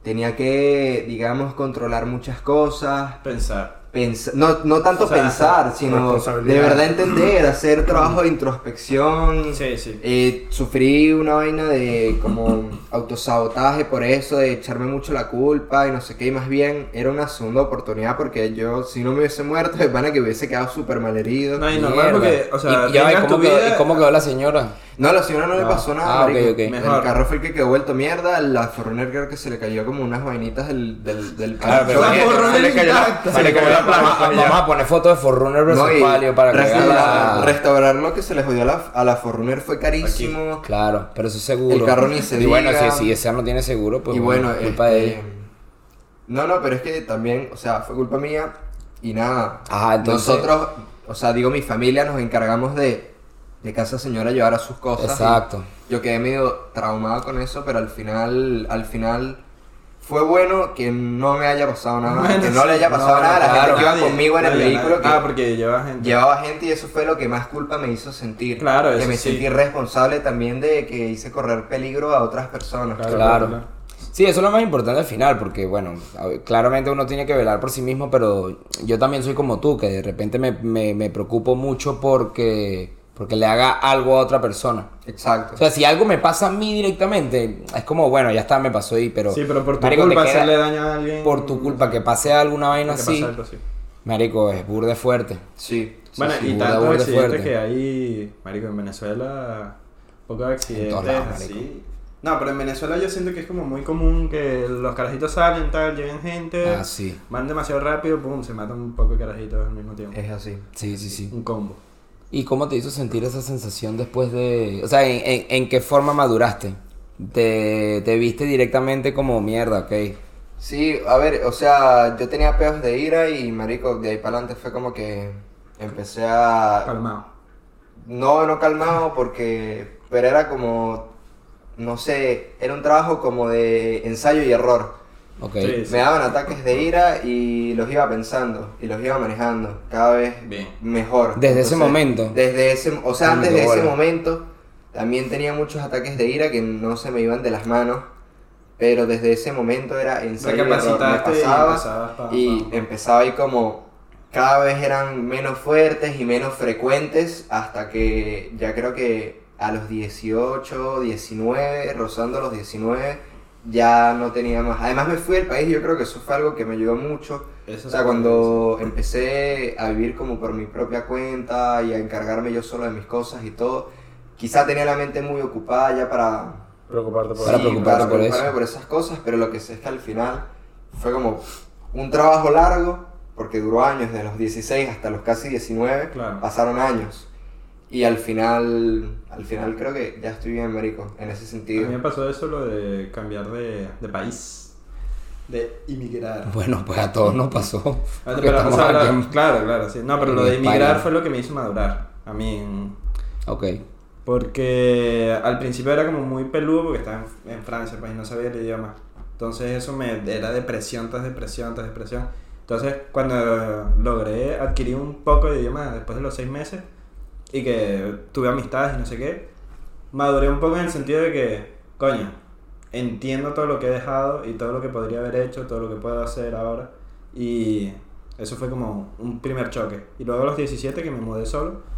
C: tenía que, digamos, controlar muchas cosas,
B: Pensar.
C: Pensa- no, no tanto
B: O sea,
C: pensar, sino
A: responsabilidad.
C: de verdad entender, hacer trabajo de introspección.
B: Sí, sí.
C: Eh, sufrí una vaina de como autosabotaje por eso, de echarme mucho la culpa y no sé qué, y más bien era una segunda oportunidad porque yo, si no me hubiese muerto, [LAUGHS] de pana que hubiese quedado súper mal herido.
B: No,
C: No,
B: y normal
D: Mierda.
B: porque, o sea,
D: y, ya, ¿y
B: tengas
D: cómo
B: tu
D: quedó,
B: vida-
D: y cómo quedó la señora?
C: a la señora no, le
B: No.
C: pasó nada.
D: Ah, ok,
C: marico.
D: ok.
B: Mejor.
C: El carro fue el que quedó vuelto mierda, la Forerunner creo que se le cayó como unas vainitas del, del, del
D: Claro, Ah, pero
C: carro.
B: La
A: Oye,
B: Forerunner
A: se le cayó la-
B: intacta.
A: se le cayó la
D: Vamos
A: placa.
D: vamos a poner fotos de Forrunner versus
C: No, y
D: Palio para que vean
C: restaurar,
D: la-
C: restaurar lo que se le jodió a la, a la Forerunner fue carísimo.
D: Claro, pero eso es seguro.
C: El carro ni se
D: Y bueno,
C: diga.
D: si, si esa no tiene seguro, pues
C: y bueno,
D: culpa
C: este,
D: de ella.
C: No, no, pero es que también, o sea, fue culpa mía y nada.
D: Ajá, entonces-
C: Nosotros, o sea, digo, mi familia nos encargamos de, de casa señora llevar a sus cosas.
D: Exacto.
C: Y Yo quedé medio traumado con eso, pero al final, al final. Fue bueno que no me haya pasado nada,
B: Bueno,
C: que no le haya
B: sí.
C: pasado
B: No,
C: nada a la
B: claro,
C: gente que iba
B: nadie,
C: conmigo en el
B: nadie,
C: vehículo.
B: nadie.
C: que-
B: Ah, porque llevas gente.
C: Llevaba gente y eso fue lo que más culpa me hizo sentir.
B: Claro,
C: Que
B: eso
C: me
B: sí.
C: sentí responsable también de que hice correr peligro a otras personas.
B: Claro.
D: Claro.
B: claro.
D: Sí, eso es lo más importante al final, porque bueno, a ver, claramente uno tiene que velar por sí mismo, pero yo también soy como tú, que de repente me, me- me preocupo mucho porque, porque le haga algo a otra persona.
C: Exacto.
D: O sea, si algo me pasa a mí directamente, es como, bueno, ya está, me pasó ahí, pero...
B: Sí, pero por tu
D: marico, te
B: culpa
D: queda-
B: hacerle daño a alguien.
D: Por tu culpa, que pase alguna vaina
B: que
D: así,
B: pasa algo así.
D: marico, es burde fuerte.
C: sí. sí,
B: Bueno,
C: sí.
B: y
D: burda,
B: tantos
D: burda
B: accidentes
D: fuerte.
B: que hay, marico, en Venezuela, pocos accidentes
D: todos lados,
B: así. No, pero en Venezuela yo siento que es como muy común que los carajitos salen, tal, lleven gente,
D: Ah, sí.
B: van demasiado rápido, pum, se matan un poco de carajitos al mismo tiempo.
C: Es así.
D: Sí, sí, sí.
B: Un combo.
D: ¿Y cómo te hizo sentir esa sensación después de... O sea, ¿en, en- en qué forma maduraste? ¿Te, te viste directamente como mierda, ok?
C: Sí, a ver, o sea, yo tenía peos de ira y marico, de ahí para adelante fue como que empecé a...
B: Calmado.
C: No, no calmado porque... Pero era como... No sé, era un trabajo como de ensayo y error.
D: Ok.
B: Sí.
C: Me daban ataques de ira y los iba pensando y los iba manejando cada vez
B: Bien.
C: mejor.
D: Desde ese momento.
C: Desde ese, o sea,
D: Ah,
C: antes
D: qué
C: de ese
D: bola.
C: momento también tenía muchos ataques de ira que no se me iban de las manos, pero desde ese momento era en serio error. me
B: Recapacitaste y
C: pasaba
B: empezabas pa-
C: y
D: em,
B: pa-
C: empezaba ahí como cada vez eran menos fuertes y menos frecuentes hasta que ya creo que a los 18, 19, rozando los 19 ya no tenía más. Además me fui del país y yo creo que eso fue algo que me ayudó mucho.
B: Eso
C: O sea,
B: sí.
C: cuando empecé a vivir como por mi propia cuenta y a encargarme yo solo de mis cosas y todo, quizá tenía la mente muy ocupada ya para,
A: Preocuparte por
D: Para
A: eso.
D: preocuparte por
C: preocuparme
D: eso.
C: por esas cosas, pero lo que sé es que al final fue como un trabajo largo, porque duró años, de los 16 hasta los casi 19,
B: Claro.
C: pasaron años. Y al final, al final creo que ya estoy bien, Marico, en ese
B: A
C: sentido.
B: mí me pasó eso lo de cambiar de, de país. De inmigrar.
D: Bueno, pues a todos nos pasó.
B: Ah,
D: [LAUGHS] Porque
B: pero, o
D: estamos
B: sea,
D: aquí
B: la-
D: en-
B: claro, claro, sí. No, pero
D: en
B: lo de
D: España.
B: inmigrar fue lo que me hizo madurar. A mí. en-
D: Ok.
B: Porque al principio era como muy peludo porque estaba en, en Francia, pues y no sabía el idioma. Entonces eso me era depresión tras depresión tras depresión. Entonces cuando logré adquirir un poco de idioma después de los seis meses y que tuve amistades y no sé qué, maduré un poco en el sentido de que, coño, entiendo todo lo que he dejado y todo lo que podría haber hecho, todo lo que puedo hacer ahora. Y eso fue como un primer choque. Y luego a los 17 que me mudé solo,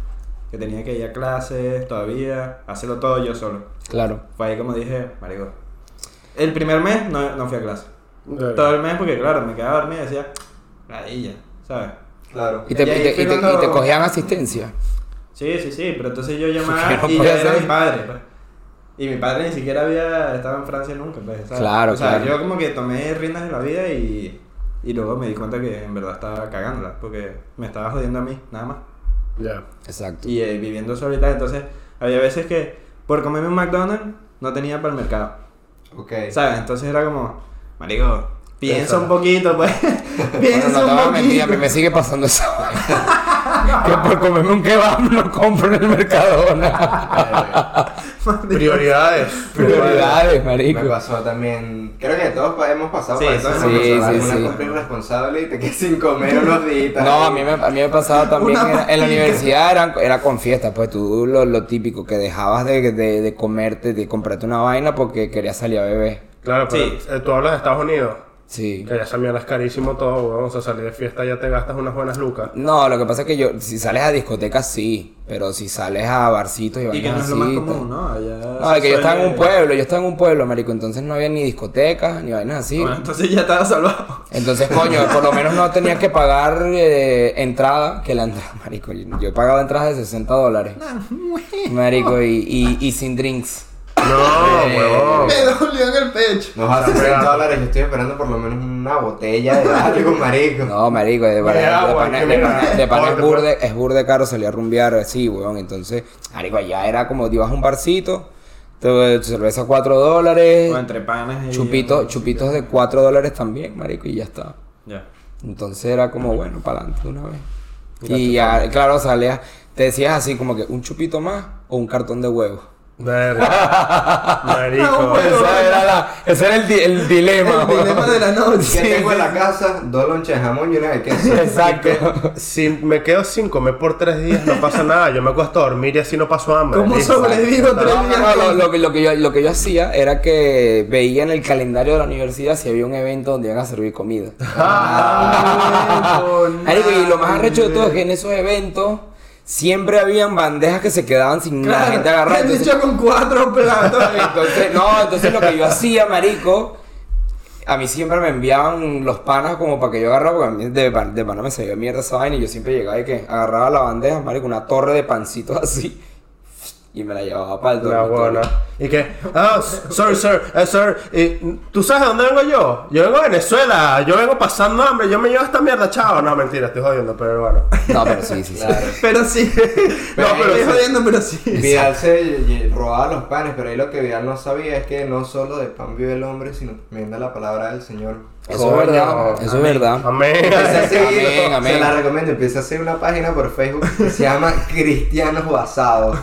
B: que tenía que ir a clases todavía, hacerlo todo yo solo.
D: Claro.
B: Fue ahí como dije, marico. El primer mes no, no fui a clase.
A: Claro.
B: Todo el mes porque, claro, me quedaba dormido y decía, ladilla, ¿sabes?
C: Claro.
D: Y te,
B: Y ahí
D: y te- y te-
B: fue cuando-
D: y te cogían asistencia.
B: Sí, sí, sí, pero entonces yo
D: [LAUGHS]
B: llamaba
D: Que no
B: y ya
D: puede
B: era
D: ser.
B: mi padre, pues. Y mi padre ni siquiera había estado en Francia nunca, pues. ¿sabes?
D: Claro,
B: O sea,
D: claro.
B: yo como que tomé riendas de la vida y, y luego me di cuenta que en verdad estaba cagándola, porque me estaba jodiendo a mí, nada más.
A: Ya.
D: Exacto.
B: Y eh, viviendo solita, entonces había veces que por comerme un McDonald's no tenía para el mercado.
C: Ok.
B: ¿Sabes? Entonces era como, marico, piensa
C: Piensa.
B: un poquito,
D: [LAUGHS]
B: pues.
D: Bueno,
B: [LAUGHS] piensa
D: no te voy a
B: un
D: mentir, a
B: poquito.
D: mí me sigue pasando
B: [LAUGHS]
D: eso. que por comerme un kebab lo compro en el Mercadona.
B: [LAUGHS]
A: Prioridades.
D: Prioridades, marico.
C: Me pasó también. Creo que todos pa- hemos pasado
B: Sí,
C: por eso.
B: todos
C: ¿no?
D: hemos
C: O sea,
D: pasado.
C: alguna
D: Sí, sí,
C: compra
B: sí.
C: irresponsable y te quedas sin comer
D: [LAUGHS]
C: unos días.
D: No, a mí me, a mí me pasaba también.
B: Una
D: era- en
B: pastica.
D: la universidad eran- era con fiestas, pues tú lo, lo típico que dejabas de, de- de comerte, de comprarte una vaina porque querías salir a beber.
A: Claro, pero
B: Sí.
A: eh, tú hablas de Estados Unidos.
D: Sí.
A: Que ya esa mierda es carísimo todo, vamos a salir de fiesta ya te gastas unas buenas lucas.
D: No, lo que pasa es que yo, si sales a discotecas, sí. Pero si sales a barcitos y
B: Y que no
D: vainas
B: es lo más
D: así,
B: común,
D: tal.
B: ¿no? Allá
D: No,
B: se
D: es que yo estaba en
B: suele-
D: un pueblo, yo estaba en un pueblo, marico, entonces no había ni discotecas, ni vainas así.
B: Bueno, entonces ya estaba salvado.
D: Entonces, coño, por lo menos no tenía que pagar eh, entrada, que la entrada, [LAUGHS] marico, yo yo pagaba entradas de 60 dólares. Marico, y, y, y sin drinks.
A: No, huevón.
B: dolió en el pecho.
C: Nos hace 100 dólares. Yo estoy esperando por lo menos una botella
D: [LAUGHS]
C: de algo, marico.
D: No, marico, de, pana- de
A: agua,
D: pana-
A: que
D: de
A: mira,
D: pana- de pana
A: corte,
D: es burde, es burde caro, salía a rumbear así, weón. Entonces, marico, allá era como, te ibas a un barcito, te- cerveza 4 dólares,
B: O entre panas y...
D: chupitos, Eh, chupitos de 4 dólares también, marico, y ya está.
B: Ya.
D: Entonces era como, bueno, para adelante una vez. Y ya, claro, salías, te decías así como que un chupito más o un cartón de huevos.
A: Verga. Marico.
D: Esa era la- ese era el, di- el dilema. huevón.
B: la [LAUGHS]
C: ¿Qué tengo
D: [LAUGHS]
C: en la casa? Dos lonchas de jamón y una de queso.
D: Exacto.
A: Si me quedo sin comer por tres días, no pasa nada. Yo me acuesto a dormir y así no paso hambre.
B: ¿Cómo
A: Listo.
B: sobrevivo
D: No,
B: tres
D: no,
B: días?
D: no, lo, lo que- lo que yo, lo que yo hacía era que veía en el calendario de la universidad si había un evento donde iban a servir [LAUGHS] comida.
B: Ah,
D: Marico, y lo más arrecho de todo es que en esos eventos siempre habían bandejas que se quedaban sin la gente agarrada. [LAUGHS]
B: el
D: Entonces,
B: bicho con cuatro platos.
D: Entonces, no, entonces lo que yo hacía, marico, a mí siempre me enviaban los panas como para que yo agarrara, porque a mí de, pan- de pana me sabía mierda esa vaina y yo siempre llegaba y que agarraba la bandeja, marico, una torre de pancitos así y me la llevaba para el
A: La buena.
D: dormitorio.
A: Y que, ah, s- sorry, sir, eh, sir, eh, ¿tú sabes de dónde vengo yo? Yo vengo de Venezuela, yo vengo pasando hambre, yo me llevo esta mierda, chao. No, mentira, estoy jodiendo, pero bueno.
D: No, pero sí, sí, sí.
C: [LAUGHS] Claro.
A: [LAUGHS]
B: Pero sí.
C: Pero
B: no, pero
C: ahí-
B: estoy jodiendo, pero sí.
C: Vidal se lle- lle- robaba los panes, pero ahí lo que Vidal no sabía es que no solo de pan vive el hombre, sino también de la palabra del Señor.
D: Eso es verdad,
A: Coño.
D: eso es verdad.
B: [LAUGHS]
A: Amén.
C: Empieza a seguir,
D: Amén, amén.
C: se la recomiendo, empieza a hacer una página por Facebook que se llama
D: [LAUGHS]
C: Cristianos Basados.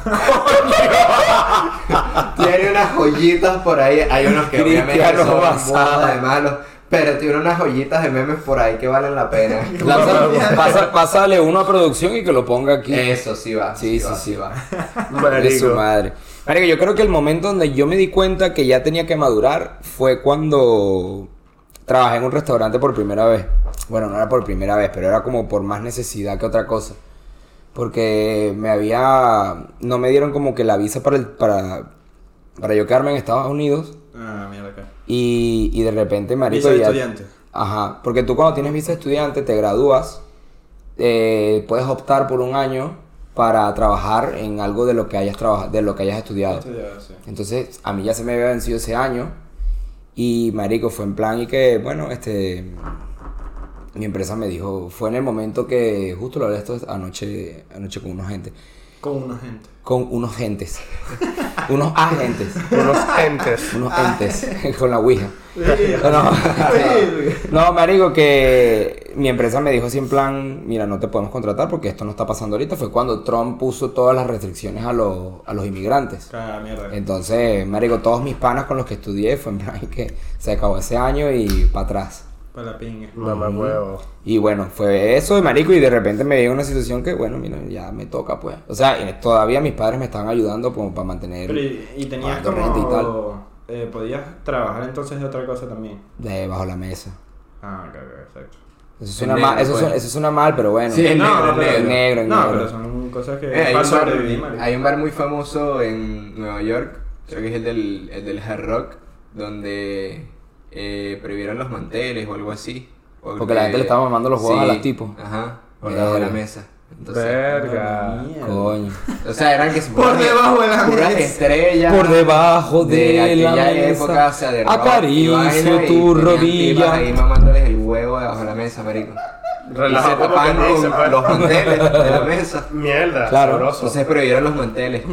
C: tiene unas joyitas por ahí, hay unos que obviamente
D: Cristianos
C: son
D: Basados.
C: bodas de malos, pero tiene unas joyitas de memes por ahí que valen la pena.
D: Lanza- pasa- pásale uno a producción y que lo ponga aquí.
C: Eso sí va.
D: Sí, sí,
C: va,
D: sí.
C: va.
D: Ah, De su
A: Marico.
D: madre. Marico, yo creo que el momento donde yo me di cuenta que ya tenía que madurar fue cuando trabajé en un restaurante por primera vez. Bueno, no era por primera vez, pero era como por más necesidad que otra cosa. Porque me había. No me dieron como que la visa para, el, para, para yo quedarme en Estados Unidos.
B: Ah, mierda, acá.
D: Y, y de repente, marico,
B: Visa de
D: ya-
B: estudiante.
D: Ajá, porque tú cuando tienes visa de estudiante te gradúas, eh, puedes optar por un año para trabajar en algo de lo que hayas traba- de lo que hayas estudiado.
B: Estudiado, sí.
D: Entonces, a mí ya se me había vencido ese año y marico fue en plan y que bueno, este mi empresa me dijo, fue en el momento que justo lo hablé esto anoche anoche con unos gente,
B: Con una gente.
D: con unos gentes. [LAUGHS] unos agentes,
A: Unos entes.
D: unos
B: Ah.
D: entes [LAUGHS] con la Ouija. No, no, marico, que mi empresa me dijo así en plan, mira, no te podemos contratar porque esto no está pasando ahorita. Fue cuando Trump puso todas las restricciones a, los- a los inmigrantes.
B: Ah, mierda.
D: Entonces, marico, todos mis panas con los que estudié fue en plan [LAUGHS] que se acabó ese año y para atrás.
B: Para la pinga.
A: Mamá huevo.
D: Y bueno, fue eso, y marico, y de repente me llegó una situación que, bueno, mira, ya me toca, pues. O sea, eh, todavía mis padres me estaban ayudando como para mantener...
B: Pero y, y tenías
D: Pagando renta y
B: como... eh, podías trabajar entonces de otra cosa también.
D: de bajo la mesa.
B: Ah, ok, ok, exacto.
D: Eso suena,
C: negro,
D: mal, eso,
C: pues.
D: suena, eso suena mal, pero bueno.
C: Sí, En
B: no,
C: negro,
B: no,
C: en
B: pero-
D: negro. Negro, en
B: No,
D: negro.
B: pero son cosas que
C: Eh, hay,
B: para
C: un bar,
B: sobrevivir, marico.
C: hay un bar muy famoso en Nueva York, creo que es el del, el del Hard Rock, donde eh, prohibieron los manteles o algo así.
D: Porque la gente le estaba mamando los huevos a los tipos. Eh.
C: Ajá, por debajo de la mesa. Entonces,
A: Verga.
B: Mierda.
D: Coño.
C: o sea, eran que se
B: Por debajo de la
C: puras
B: mesa.
C: estrellas.
D: Por debajo de, la
C: aquella
D: mesa.
C: época, o sea, de rock y
D: acaricio
C: vaina, y
D: tu
C: tenían tipas
D: rodilla.
C: Ahí mamándoles el huevo debajo de la mesa, marico. Y se
A: Relajado como
C: tapaban
A: que dice,
C: con
A: pues.
C: los manteles de la mesa.
A: Mierda.
D: Claro.
A: sabroso.
C: Entonces prohibieron los manteles.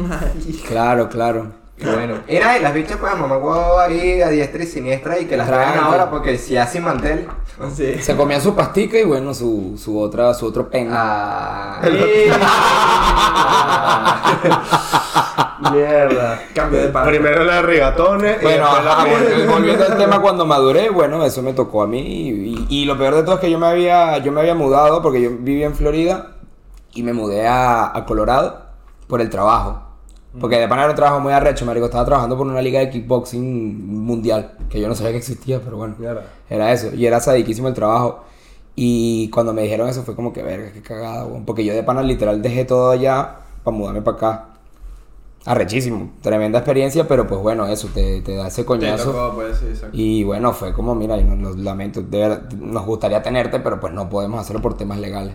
D: Claro, claro.
C: Y bueno, era de las bichas pues mamá huevo ahí a diestra y siniestra y que las
D: Tranca.
C: traen ahora porque si hacen mantel.
A: Ah,
B: Sí.
D: Se comían su pastica y bueno, su, su otra, su otro pen.
C: Ah. [LAUGHS]
A: Mierda.
B: [LAUGHS] Cambio de parte.
A: Primero las regatones.
D: Bueno,
A: y después la
D: ajá,
A: mierda.
D: vol- volviendo al tema cuando maduré, bueno, eso me tocó a mí. Y, y- y lo peor de todo es que yo me había, yo me había mudado porque yo vivía en Florida y me mudé a, a Colorado por el trabajo. Porque de pana era un trabajo muy arrecho, marico. Estaba trabajando por una liga de kickboxing mundial, que yo no sabía que existía, pero bueno.
B: Mierda.
D: Era eso. Y era sadiquísimo el trabajo. Y cuando me dijeron eso fue como que, verga, qué cagada, weón. Porque yo de pana literal dejé todo allá para mudarme para acá. Arrechísimo. Tremenda experiencia, pero pues bueno, eso te, te da ese
B: Te
D: coñazo.
B: tocó, pues, sí, exacto.
D: Y bueno, fue como, mira, yo no- nos lamento, de verdad, nos gustaría tenerte, pero pues no podemos hacerlo por temas legales.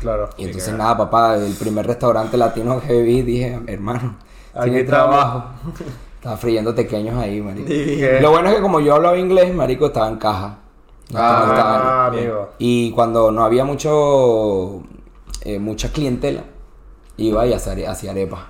A: Claro.
D: Y entonces nada, papá, el primer restaurante latino que vi, dije, hermano,
A: Aquí
D: tiene
A: estamos.
D: trabajo. [LAUGHS] Estaba friendo pequeños ahí, marico.
A: Dije,
D: Lo bueno es que como yo hablaba inglés, marico, estaba en caja. No estaba- no estaba-
A: Ah,
B: bien.
A: amigo.
D: y cuando no había mucho, eh, mucha clientela, iba y hacía, hacía arepas.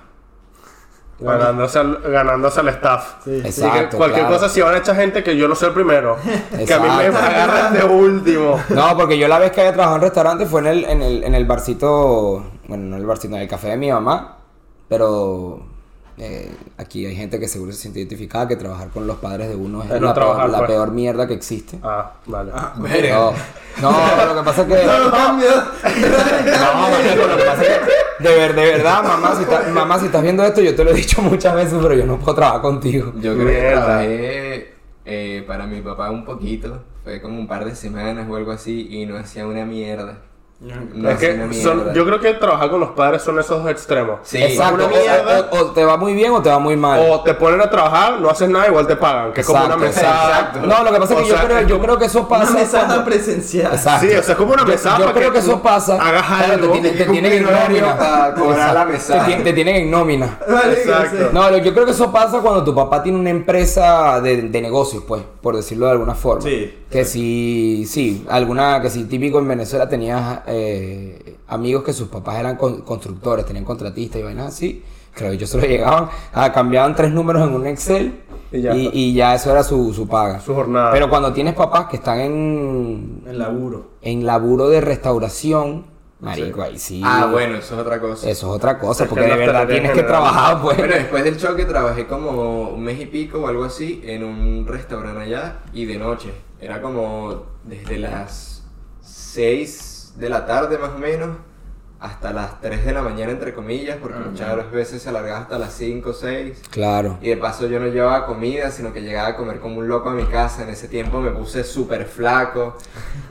A: Ganándose al, ganándose al staff.
B: Sí.
A: Así que
D: Exacto,
A: cualquier
D: claro.
A: cosa, si van a echar gente que yo no soy el primero, que a mí me
D: Exacto.
A: agarran de [LAUGHS] último.
D: No, porque yo la vez que había trabajado en restaurante fue en el, en el, en el barcito, bueno, no en el barcito, en el café de mi mamá, pero eh, aquí hay gente que seguro se siente identificada que trabajar con los padres de uno es
A: Es no
D: la,
A: trabajar,
D: peor, la
A: pues.
D: peor mierda que existe.
A: Ah, vale.
D: No, no, lo que pasa es que...
A: [LAUGHS]
D: No, marico, lo que pasa es que de, ver- de verdad, mamá si, estás- mamá, si estás viendo esto, yo te lo he dicho muchas veces, pero yo no puedo trabajar contigo.
C: Yo creo que
A: Mierda.
C: trabajé eh, para mi papá un poquito. Fue como un par de semanas o algo así y no hacía una mierda. No
A: es
C: hacía una
A: que son,
C: mierda.
A: yo creo que trabajar con los padres son esos dos extremos.
C: Sí.
A: Una
D: Exacto,
A: mierda.
D: o, o- o te va muy bien o te va muy mal.
A: O te ponen a trabajar, no haces nada, igual te pagan. Que es como una
D: Exacto,
A: mesada.
C: exacto.
D: No, lo que pasa es
A: O
D: que yo,
A: sea,
D: creo,
A: es
D: [LAUGHS] yo creo que eso pasa.
B: Una mesada
D: cuando-
B: presencial.
D: Exacto.
A: Sí, o sea, es como una
D: Yo-
A: mesada
D: Yo,
A: para
D: creo
A: que
D: que
A: tú
D: eso pasa.
A: hagas
D: Claro,
A: algo,
D: Te, tienen- te
C: cumplir
D: tienen en
C: horario
D: nómina.
C: para cobrar la
A: [LAUGHS]
C: mesada.
D: Te, tien- te tienen en nómina.
B: Vale,
A: Exacto.
B: gracias.
D: No, lo- yo creo que eso pasa cuando tu papá tiene una empresa de, de negocios, pues, por decirlo de alguna forma.
B: Sí.
D: Que si, sí, alguna, que si típico en Venezuela tenías eh, amigos que sus papás eran con- constructores, tenían contratistas y vainas así. Creo que ellos solo llegaban, ah, cambiaban tres números en un Excel
B: Y ya.
D: y, y ya eso era su, su paga.
A: Su jornada.
D: Pero cuando tienes papás que están en,
B: El laburo.
D: en laburo de restauración, marico, ahí sí.
C: Ah, bueno, eso es otra cosa.
D: Eso es otra
A: Es
D: cosa,
A: que
D: porque de
A: las
D: verdad
A: tareas
D: tienes que
A: generales.
D: trabajar, pues.
C: Bueno, después del choque trabajé como un mes y pico o algo así en un restaurante allá y de noche. Era como desde las 6 de la tarde más o menos hasta las 3 de la mañana entre comillas
D: Ah,
C: porque muchas veces se alargaba hasta las 5 o 6.
D: Claro.
C: Y de paso yo no llevaba comida, sino que llegaba a comer como un loco a mi casa. En ese tiempo me puse súper flaco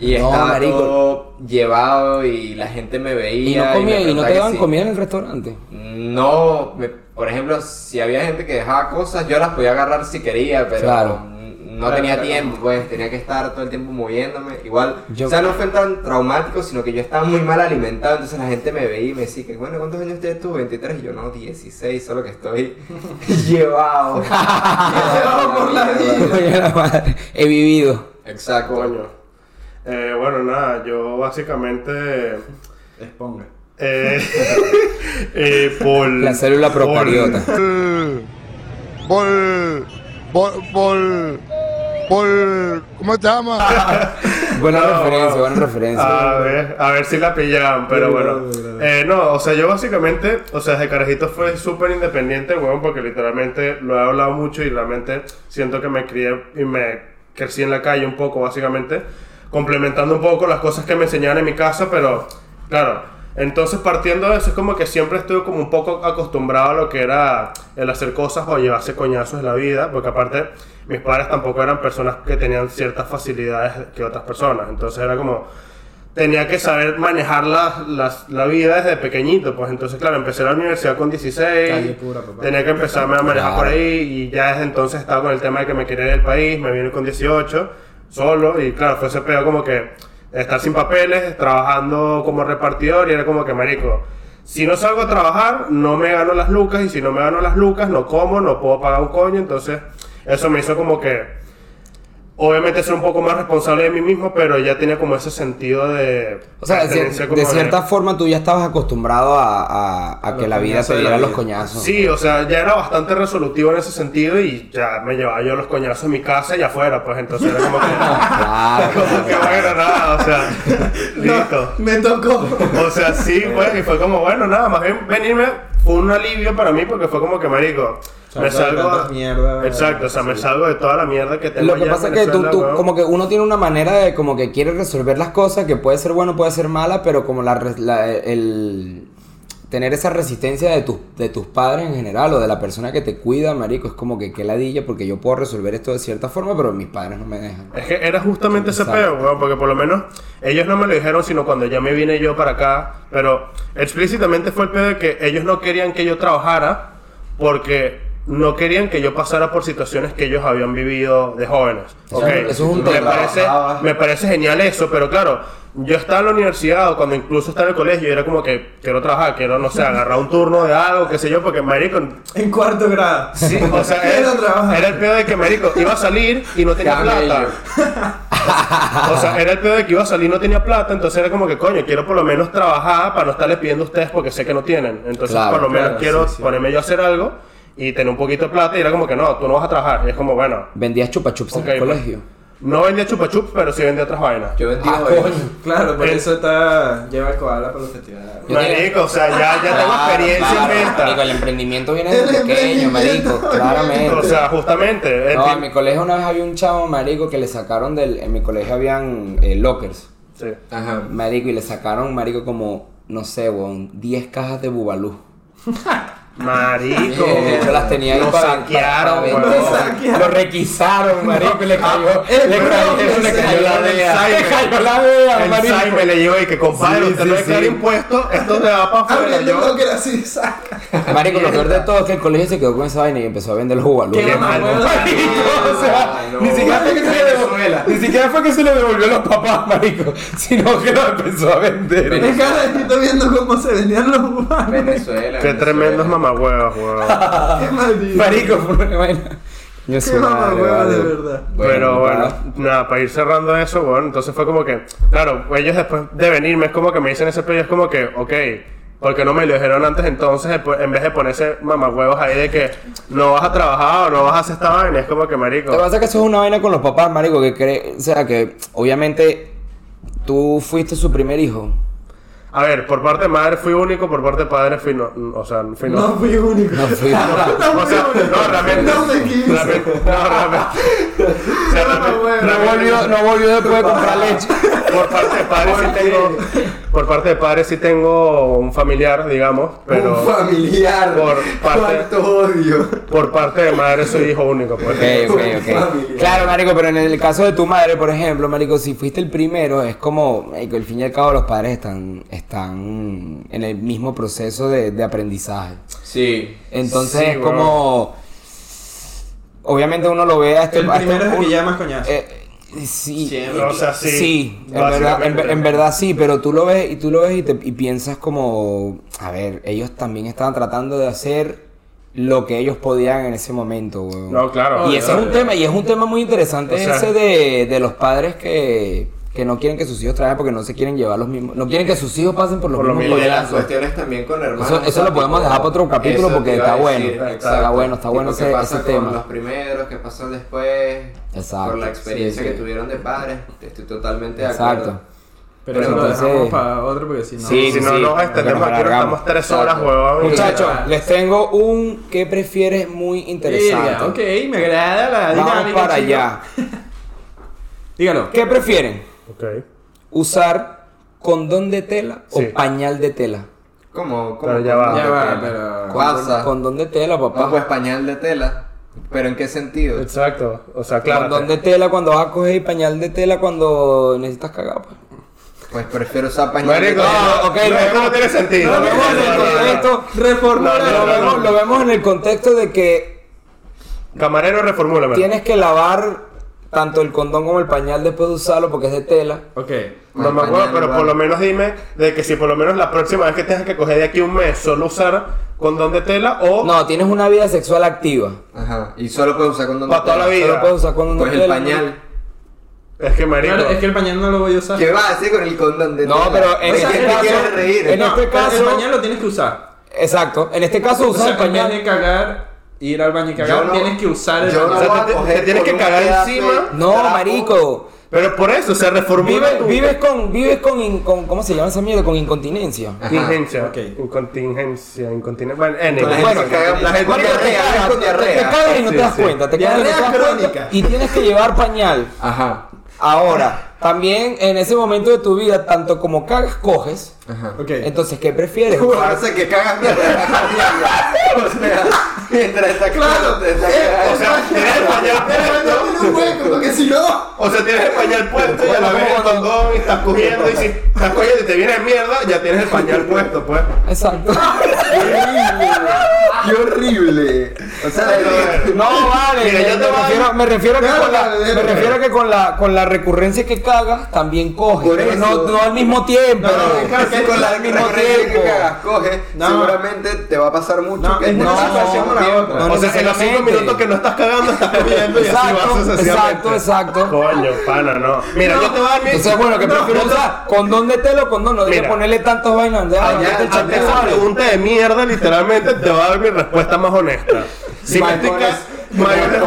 C: y
D: [LAUGHS] No,
C: estaba
D: marico.
C: todo llevado y la gente me
D: Y
C: veía.
D: no comía,
C: me
D: y no
C: preguntaba
D: te
C: que
D: daban
C: si-
D: comida en el restaurante. [LAUGHS]
C: No, me- por ejemplo, si había gente que dejaba cosas, yo las podía agarrar si quería, pero
D: Claro.
C: n- no
B: Claro,
C: tenía
B: claro.
C: tiempo, pues tenía que estar todo el tiempo moviéndome. Igual,
D: Yo-
C: o sea, no fue tan traumático, sino que yo estaba muy mal alimentado, entonces la gente me veía y me decía que, bueno, ¿cuántos años tienes tú? 23, y yo no, 16, solo que
D: [LAUGHS]
C: estoy llevado. llevado por la vida.
D: Coño de la madre. He vivido.
C: Exacto.
A: Coño. Eh, bueno, nada, yo básicamente.
B: Exponga.
A: eh, [LAUGHS] eh, por.
D: La célula
A: por-
D: procariota.
E: por, por, por, por, ¿cómo te llamas?
D: Buena
A: No, Ah,
D: referencia,
A: no.
D: buena referencia.
A: A ver, a ver si la pillaban, pero
B: Sí,
A: bueno.
B: no, no, no.
A: Eh, no, o sea, yo básicamente, o sea, desde carajito fue súper independiente, weón, porque literalmente lo he hablado mucho y realmente siento que me crié y me crecí en la calle un poco, básicamente, complementando un poco las cosas que me enseñaban en mi casa, pero claro. Entonces, partiendo de eso, es como que siempre estuve como un poco acostumbrado a lo que era el hacer cosas o llevarse coñazos en la vida, porque aparte mis padres tampoco eran personas que tenían ciertas facilidades que otras personas. Entonces era como, tenía que saber manejar la, las- la vida desde pequeñito. Pues entonces, claro, empecé la universidad con 16.
B: Calle pura, papá.
A: Tenía que empezarme a manejar
D: Claro.
A: por ahí y ya desde entonces estaba con el tema de que me quería ir del país. Me vine con 18 solo y claro, fue ese pedo como que estar sin papeles, trabajando como repartidor y era como que, marico, si no salgo a trabajar, no me gano las lucas y si no me gano las lucas, no como, no puedo pagar un coño. Entonces, eso me hizo como que obviamente ser un poco más responsable de mí mismo, pero ya tenía como ese sentido de...
D: O sea, de, cier-
A: pertenencia como
D: de cierta forma tú ya estabas acostumbrado a, a- a
B: A
D: que
B: los
D: la vida
B: coñazos
D: te
B: de la
D: diera los
B: vida.
D: coñazos.
A: Sí, o sea, ya era bastante resolutivo en ese sentido y ya me llevaba yo los coñazos en mi casa y afuera, pues entonces era como que...
D: [LAUGHS]
A: [LAUGHS]
D: Claro.
A: como que bueno, nada, o
D: [LAUGHS]
A: sea, listo.
B: Me tocó.
A: O sea, sí, pues, y fue como, bueno, nada, más bien venirme fue un alivio para mí porque fue como que, marico,
B: Salgo
A: me
B: de
A: salgo...
B: tantas mierdas.
A: Exacto, o sea, me
B: Sí.
A: salgo de toda la mierda que tengo
D: Lo que
A: ya en
D: pasa es que tú,
A: Venezuela,
D: tú-
A: weón.
D: como que uno tiene una manera de como que quiere resolver las cosas, que puede ser bueno, puede ser mala, pero como la, res- la- el tener esa resistencia de, tus de tus padres en general o de la persona que te cuida, marico, es como que qué ladilla, porque yo puedo resolver esto de cierta forma, pero mis padres no me dejan.
A: Es que era justamente ese
D: Exacto.
A: peo, weón, porque por lo menos ellos no me lo dijeron, sino cuando ya me vine yo para acá. Pero explícitamente fue el peo de que ellos no querían que yo trabajara porque no querían que yo pasara por situaciones que ellos habían vivido de jóvenes.
D: Eso
A: ¿ok?
D: es- eso es un
A: me
D: tema.
A: parece,
B: Trabajabas.
A: me parece genial eso, pero claro, yo estaba en la universidad o cuando incluso estaba en el colegio, era como que quiero trabajar, quiero,
D: [LAUGHS]
A: no sé, agarrar un turno de algo, qué sé yo, porque marico,
B: En cuarto grado.
A: Sí, o
B: [LAUGHS]
A: sea,
B: Quiero
A: era,
B: trabajar.
A: era el pedo de que Marico iba a salir y no tenía
C: Camello.
A: plata. O sea, era el pedo de que iba a salir y no tenía plata, entonces era como que, coño, quiero por lo menos trabajar para no estarles pidiendo a ustedes porque sé que no tienen. Entonces,
D: Claro,
A: por lo menos
B: claro,
A: quiero
B: sí, sí.
A: ponerme yo a hacer algo y tener un poquito de plata. Y era como que, no, tú no vas a trabajar. Y es como, bueno,
D: Vendías chupa chups
A: Ok,
D: en el
A: pues.
D: colegio.
A: no vendía chupa chups, pero sí vendía otras vainas.
C: Yo vendí
D: Ah,
C: hoy.
D: coño.
B: Claro, por
A: Eh.
B: eso está. Lleva el koala para los festivales.
D: Yo Ah,
A: Marico, o sea, ya, ya tengo experiencia en
D: Marico, el
A: venta.
D: emprendimiento viene desde pequeño, marico, claramente.
A: O sea, justamente. en
D: No, en
A: fin-
D: mi colegio una vez había un chavo, marico, que le sacaron del... En mi colegio habían eh, lockers,
A: sí.
C: Ajá.
D: marico, y le sacaron, marico, como, no sé, weón, 10 cajas de bubalú. Eh,
A: Marico.
D: Yo las tenía ahí
A: Lo
D: para,
A: saquearon, eh,
D: para- para
A: weón.
D: vender.
A: Lo
D: Lo requisaron, marico, y le cayó,
B: el
D: le cayó,
B: profe
D: Eh, le
B: se
D: cayó la
A: dio del
D: vea. Le
A: Simon.
D: cayó la vea,
A: El
D: marico.
A: Sai me le llevo y que compadre,
D: Sí,
A: usted
D: sí,
A: no declara
D: sí.
A: impuestos, esto le va para
B: Ah,
A: afuera. Yo,
B: que era así, saca.
D: Marico, lo peor de todo es que el colegio se quedó con esa vaina y empezó a vender los bubalú.
B: Qué
A: Qué
B: mamá,
A: malo.
B: huevón.
D: [LAUGHS] o sea,
C: Ay, no.
D: ni, siquiera fue que se le
B: Venezuela.
D: [LAUGHS] devol- ni siquiera fue que se le devolvió a los papás, marico, sino que lo empezó a vender.
B: El carajito viendo cómo se vendían los humanos.
C: Venezuela.
A: qué
C: Venezuela.
A: tremendos mamagüeos,
D: [LAUGHS]
A: weón.
B: Qué maldito.
D: Marico, fue una vaina. Yo
B: Qué mamagüeva, de verdad.
A: Pero bueno,
D: nada.
A: nada, para ir cerrando eso, bueno, entonces fue como que, claro, ellos después de venirme es como que me dicen ese pedo, y es como que, ok, Porque no me lo dijeron antes, entonces en- en vez de ponerse mamagüevos ahí de que no vas a trabajar o no vas a hacer esta vaina, es como que marico.
D: Lo que pasa es que eso es una vaina con los papás, marico, que cree, o sea, que obviamente tú fuiste su primer hijo.
A: A ver, por parte de madre fui único, por parte de padre fui no, o sea, fui no.
B: [LAUGHS] No fui único.
D: No fui único.
A: O sea, no, realmente.
B: No sé qué hice.
A: Realmente, no, realmente. O sea, realmente- realmente-
D: no volvió después de comprar leche.
A: Por parte de padre sí tengo. Por parte de padre sí tengo un familiar, digamos, pero.
B: Un familiar.
A: por parte-
B: Cuánto odio.
A: Por parte de madre soy hijo único, pues.
D: Ok, ok,
A: [LAUGHS]
D: ok. Claro, marico, pero en el caso de tu madre, por ejemplo, marico, si fuiste el primero, es como, marico, al fin y al cabo los padres están, están en el mismo proceso de, de aprendizaje.
C: Sí.
D: Entonces
A: Sí,
D: es como, obviamente uno lo ve a este...
B: El
D: a este
B: primero es el que
D: un-
B: llamas coñazo.
D: eh, sí,
B: Siempre.
A: O sea, sí.
D: Sí, en, verdad, en,
A: básicamente.
D: en verdad sí, pero tú lo ves y tú lo ves y, te- y piensas como, a ver, ellos también estaban tratando de hacer lo que ellos podían en ese momento, weón.
A: No, claro.
D: y ese es un tema, y es un tema muy interesante
A: O sea-
D: ese de, de los padres que, que no quieren que sus hijos trabajen porque no se quieren llevar los mismos, no quieren que sus hijos pasen por los
A: Por lo
D: mismos
A: mismo.
C: Y las
D: coñazos.
C: cuestiones también con hermanos.
D: Eso- eso lo podemos dejar para otro capítulo porque
C: te iba a
D: está bueno. Está
C: exacto.
D: bueno, está
C: Tipo,
D: bueno
C: ¿qué
D: ese-
C: pasa
D: ese
C: con
D: tema.
C: Los primeros, que pasan después.
D: Exacto,
C: Por la experiencia
D: sí, sí.
C: que tuvieron de padres. Estoy totalmente de acuerdo.
D: Exacto.
B: Pero, eso
D: Pero
B: lo dejamos
D: entonces-
B: para otro porque si no.
D: Sí,
A: si no
D: sí,
A: nos
D: porque nos
A: extendemos aquí, nos
D: alargamos.
A: estamos tres horas,
C: Exacto.
A: huevón. y-
D: Muchachos, les tengo un que prefieres muy interesante.
B: Verga, ok, me agrada la
D: Vamos
B: dinámica.
D: para
B: chico.
D: allá.
B: Dígalo.
D: ¿Qué prefieren?
A: Ok.
D: ¿Usar condón de tela
A: Sí.
D: o pañal de tela?
C: ¿Cómo?
A: Pero
C: ¿Cómo?
A: ya va.
B: Ya va,
C: Tela.
B: pero-
C: Pasa.
D: Condón de tela,
C: No, pues
D: papá.
C: pañal de tela. ¿Pero en qué sentido?
A: Exacto. O sea, claro.
D: Condón de tela cuando vas a coger y pañal de tela cuando necesitas cagar, pues.
C: Pues prefiero usar pañal de
A: Marico,
C: tela.
D: no, ok,
A: no,
D: lo
A: esto
D: vemos.
A: no tiene sentido.
D: Lo
A: No,
D: vemos en
A: no,
D: el
A: no, no, no.
D: contexto,
A: No, no,
D: reformula,
A: no,
D: lo vemos-
A: no.
D: lo vemos en el contexto de que
A: Camarero, reformúlame.
D: tienes que lavar tanto el condón como el pañal después de usarlo porque es de tela.
B: Ok.
A: No me acuerdo, pero por lo menos dime de que si por lo menos la próxima vez que tengas que coger de aquí un mes solo usar condón de tela o
D: No, tienes una vida sexual activa.
C: Ajá. Y solo puedes usar condón de
A: para toda la
C: tela.
A: vida.
D: Solo puedes usar condón
C: Pues
D: de
C: el
D: tela.
C: pañal.
A: Es que marico.
B: Claro, es que el pañal no lo voy a usar.
C: ¿Qué vas a hacer con el condón de
D: No,
C: tela?
D: pero en
C: O sea,
D: este
C: ¿te
D: caso-
C: quieres reír?
D: en
B: No,
D: este
B: pero
D: caso-
B: El pañal lo tienes que usar.
D: Exacto. En este caso
B: O
D: usas
B: sea,
D: el
B: en vez de
D: pañal.
B: cagar, ir al baño y
C: Yo
B: cagar,
C: no-
B: tienes que usar el
C: yo
A: O
B: pañal.
A: sea,
C: voy a
A: te- te-
C: coger
A: te tienes
C: con
A: que
C: un
A: cagar
C: pedazo
A: encima.
C: de
D: No,
C: trapo.
D: marico.
A: Pero por eso se reformula
D: Vives,
A: tu
D: vives con, vives con, in- con- ¿cómo se llama esa mierda? Con incontinencia.
A: Contingencia.
B: ok.
A: Incontingencia, incontinencia. Bueno, anyway.
C: La gente
A: Bueno,
C: se caga-
A: la gente
D: Marico,
C: Marico,
D: te
A: caga-
D: cagas,
C: con diarrea.
D: te cagas y no
A: Sí,
D: te das
A: sí.
D: cuenta. Te cagas y no te das
B: Diarrea
D: cuenta
B: crónica.
D: Y tienes que llevar pañal.
C: Ajá.
D: Ahora, también en ese momento de tu vida, tanto como cagas, coges.
B: Ok.
D: Entonces, ¿qué [LAUGHS] prefieres?
C: Jugarse que cagas mientras estás comiendo. O sea, mientras estás claro, te está cagando.
A: O sea, tienes el pañal puesto.
B: porque si no.
A: O sea, tienes el pañal puesto y a la vez el condón y estás cogiendo. Y si estás cogiendo y te viene mierda, ya tienes el pañal puesto, pues.
D: Exacto.
C: ¡Qué horrible! O sea,
A: Pero-
D: No, vale.
A: Mira,
D: me,
A: yo te
D: me
A: voy a-
D: refiero, me refiero que
B: Claro,
D: con la,
B: dale, dale.
D: me refiero que con la, con la recurrencia que cagas, también coges.
C: Por
D: Pero
C: eso.
D: no, no al mismo tiempo.
B: No, no,
C: que con la
D: al mismo
C: misma que
D: tiempo.
C: cagas, coge,
B: No.
C: seguramente te va a pasar mucho
B: No,
C: que
B: es
C: te
B: una
C: vas a
B: situación
C: hacer
B: o la
C: tiempo.
B: otra.
D: No,
A: O sea, si en los cinco
D: necesariamente.
A: minutos que no estás cagando, estás comiendo y así vas
D: Exacto,
A: sucesivamente.
D: exacto, exacto.
A: Coño, pana, no. Mira, yo te voy a dar mi...
D: Entonces, bueno, que
A: No,
D: prefiero
A: yo te-
D: usar condón de tela o condón, no debe
A: Mira.
D: ponerle tantos vainas. de- ah,
C: Allá,
D: mete el
A: Ante
D: chaleco,
A: esa
D: vale.
A: pregunta de mierda, literalmente te voy a dar mi respuesta más honesta. Si me estoy
C: Mindfulness.
A: cagando,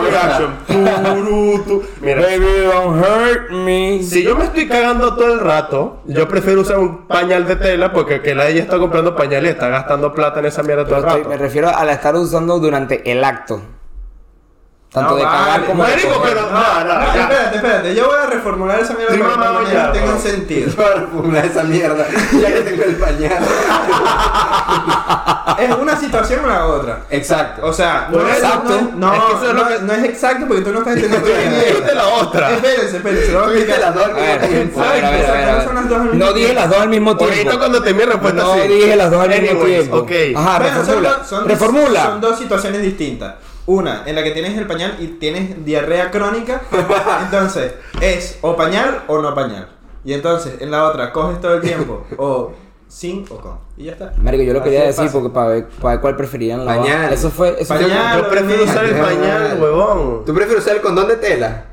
A: Mira,
D: Baby, don't hurt me.
A: si yo me estoy cagando todo el rato, yo prefiero usar un pañal de tela porque que la ella está comprando pañales y está gastando plata en esa mierda todo el
D: Estoy-
A: rato.
D: me refiero a la estar usando durante el acto. Tanto
B: No,
D: de cagar
B: vale,
D: como de
A: Marico,
D: coger.
A: pero no, no,
B: No,
A: ya.
B: espérate, espérate. Yo voy a reformular esa mierda
A: Sí,
B: porque
A: mamá,
B: no
A: ya.
B: tengo sentido.
C: Yo voy a reformular esa mierda, ya que tengo el pañal.
B: es una situación o la otra.
C: Exacto.
B: O sea, no
A: Bueno,
B: es,
A: exacto.
B: no,
A: Es que eso es lo
B: no-
A: que-
B: no es exacto porque tú no estás entendiendo bien.
A: Dijiste la otra.
B: Espérense, espérense, lo voy a
C: Tuviste
B: explicar.
C: las dos al
D: A
C: mismo
D: ver, a ver,
C: tiempo.
D: a ver, a ver, a ver, a ver.
B: Son las dos al mismo
D: No dije
B: tiempo.
D: las dos al mismo tiempo.
A: Ahorita cuando te mi respuesta
D: No
A: sí.
D: dije las dos al mismo
A: Anyways,
D: tiempo.
A: Ok.
D: Ajá,
B: Bueno, son
D: Ah, reformula.
B: dos- son dos-
D: reformula.
B: Son dos situaciones distintas. Una, en la que tienes el pañal y tienes diarrea
D: [LAUGHS]
B: crónica. entonces, es o pañal o no pañal. Y entonces, en la otra, coges todo el tiempo. O sin o con. Y ya está.
D: Marico, yo lo
B: Así
D: quería
B: de
D: decir
B: fácil.
D: porque para ver, para ver cuál preferían la
C: Pañal.
D: Eso fue. Eso fue-
B: Pañal.
A: Yo prefiero usar el pañal, huevón.
C: ¿Tú prefieres usar el condón de tela?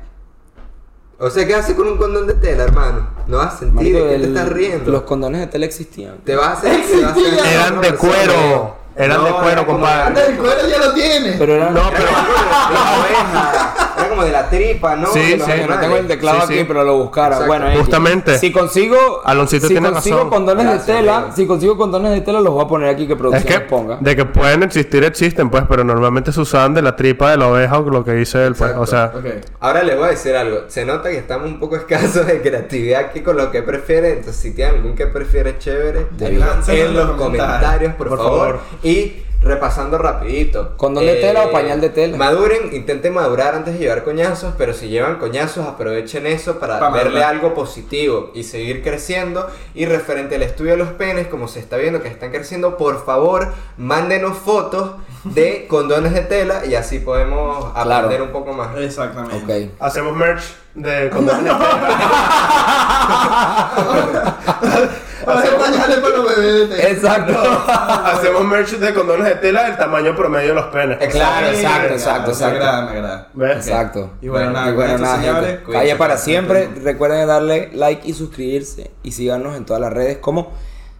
C: O sea, ¿qué haces con un condón de tela, hermano? No vas a sentir
D: Marico,
C: que te
D: el-
C: estás riendo.
D: Los condones de tela existían.
C: Te vas a hacer. te vas a hacer-
F: Eran de cuero. Eran de
C: No,
F: cuero,
C: era como-
F: compadre.
G: El cuero ya lo tiene.
D: Pero eran.
F: No, pero.
C: La oveja. Era como de la tripa, ¿no?
F: Sí,
C: De
F: sí.
C: los
D: Yo no
C: animales.
D: tengo el teclado
F: Sí, sí.
D: aquí, pero lo buscara.
C: Exacto.
D: Bueno, X.
F: Justamente.
D: Si consigo.
F: Aloncito
D: si
F: tiene
D: consigo
F: razón.
D: condones de
C: Gracias,
D: tela,
C: amigo.
D: si consigo condones de tela, los voy a poner aquí que
F: Es
D: producción
F: que,
D: los ponga.
F: de que pueden existir, existen, pues, pero normalmente se usaban de la tripa de la oveja o lo que dice él, pues,
C: Exacto.
F: o sea,
B: Ok.
C: Ahora les voy a decir algo. Se nota que estamos un poco escasos de creatividad aquí con lo que prefieren. Entonces, si tienen algún que prefiere chévere,
B: Lánzalo
C: en los comentarios, por,
B: por
C: favor.
B: favor.
C: Y repasando rapidito. Eh,
D: ¿Condón de tela o pañal de tela?
C: Maduren, intenten madurar antes de llevar coñazos, pero si llevan coñazos, aprovechen eso para
B: Pa'
C: verle
B: madurar.
C: algo positivo y seguir creciendo. Y referente al estudio de los penes, como se está viendo que están creciendo, por favor, mándenos fotos de condones de tela y así podemos
D: Claro.
C: aprender un poco más.
B: Exactamente.
D: Ok.
A: Hacemos merch de condones.
F: [LAUGHS]
G: Hace pañales para los bebés de tela.
D: Exacto.
A: Hacemos merch de condones de tela del tamaño promedio de los penes. pues.
C: Exacto.
D: claro, exacto,
B: Me agrada,
D: exacto,
B: Me agrada,
D: exacto.
B: me agrada.
A: ¿Ves?
D: Exacto.
B: Y bueno, nada,
D: Y bueno,
B: cuídense,
D: nada,
B: señores.
D: gente.
C: Cuídense.
D: Calle para siempre. Recuerden darle like y suscribirse. Y síganos en todas las redes como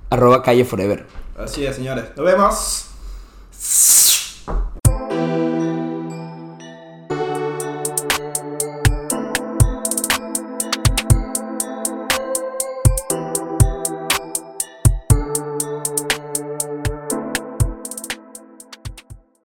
D: arroba calle forever.
B: Así es, señores. Nos vemos.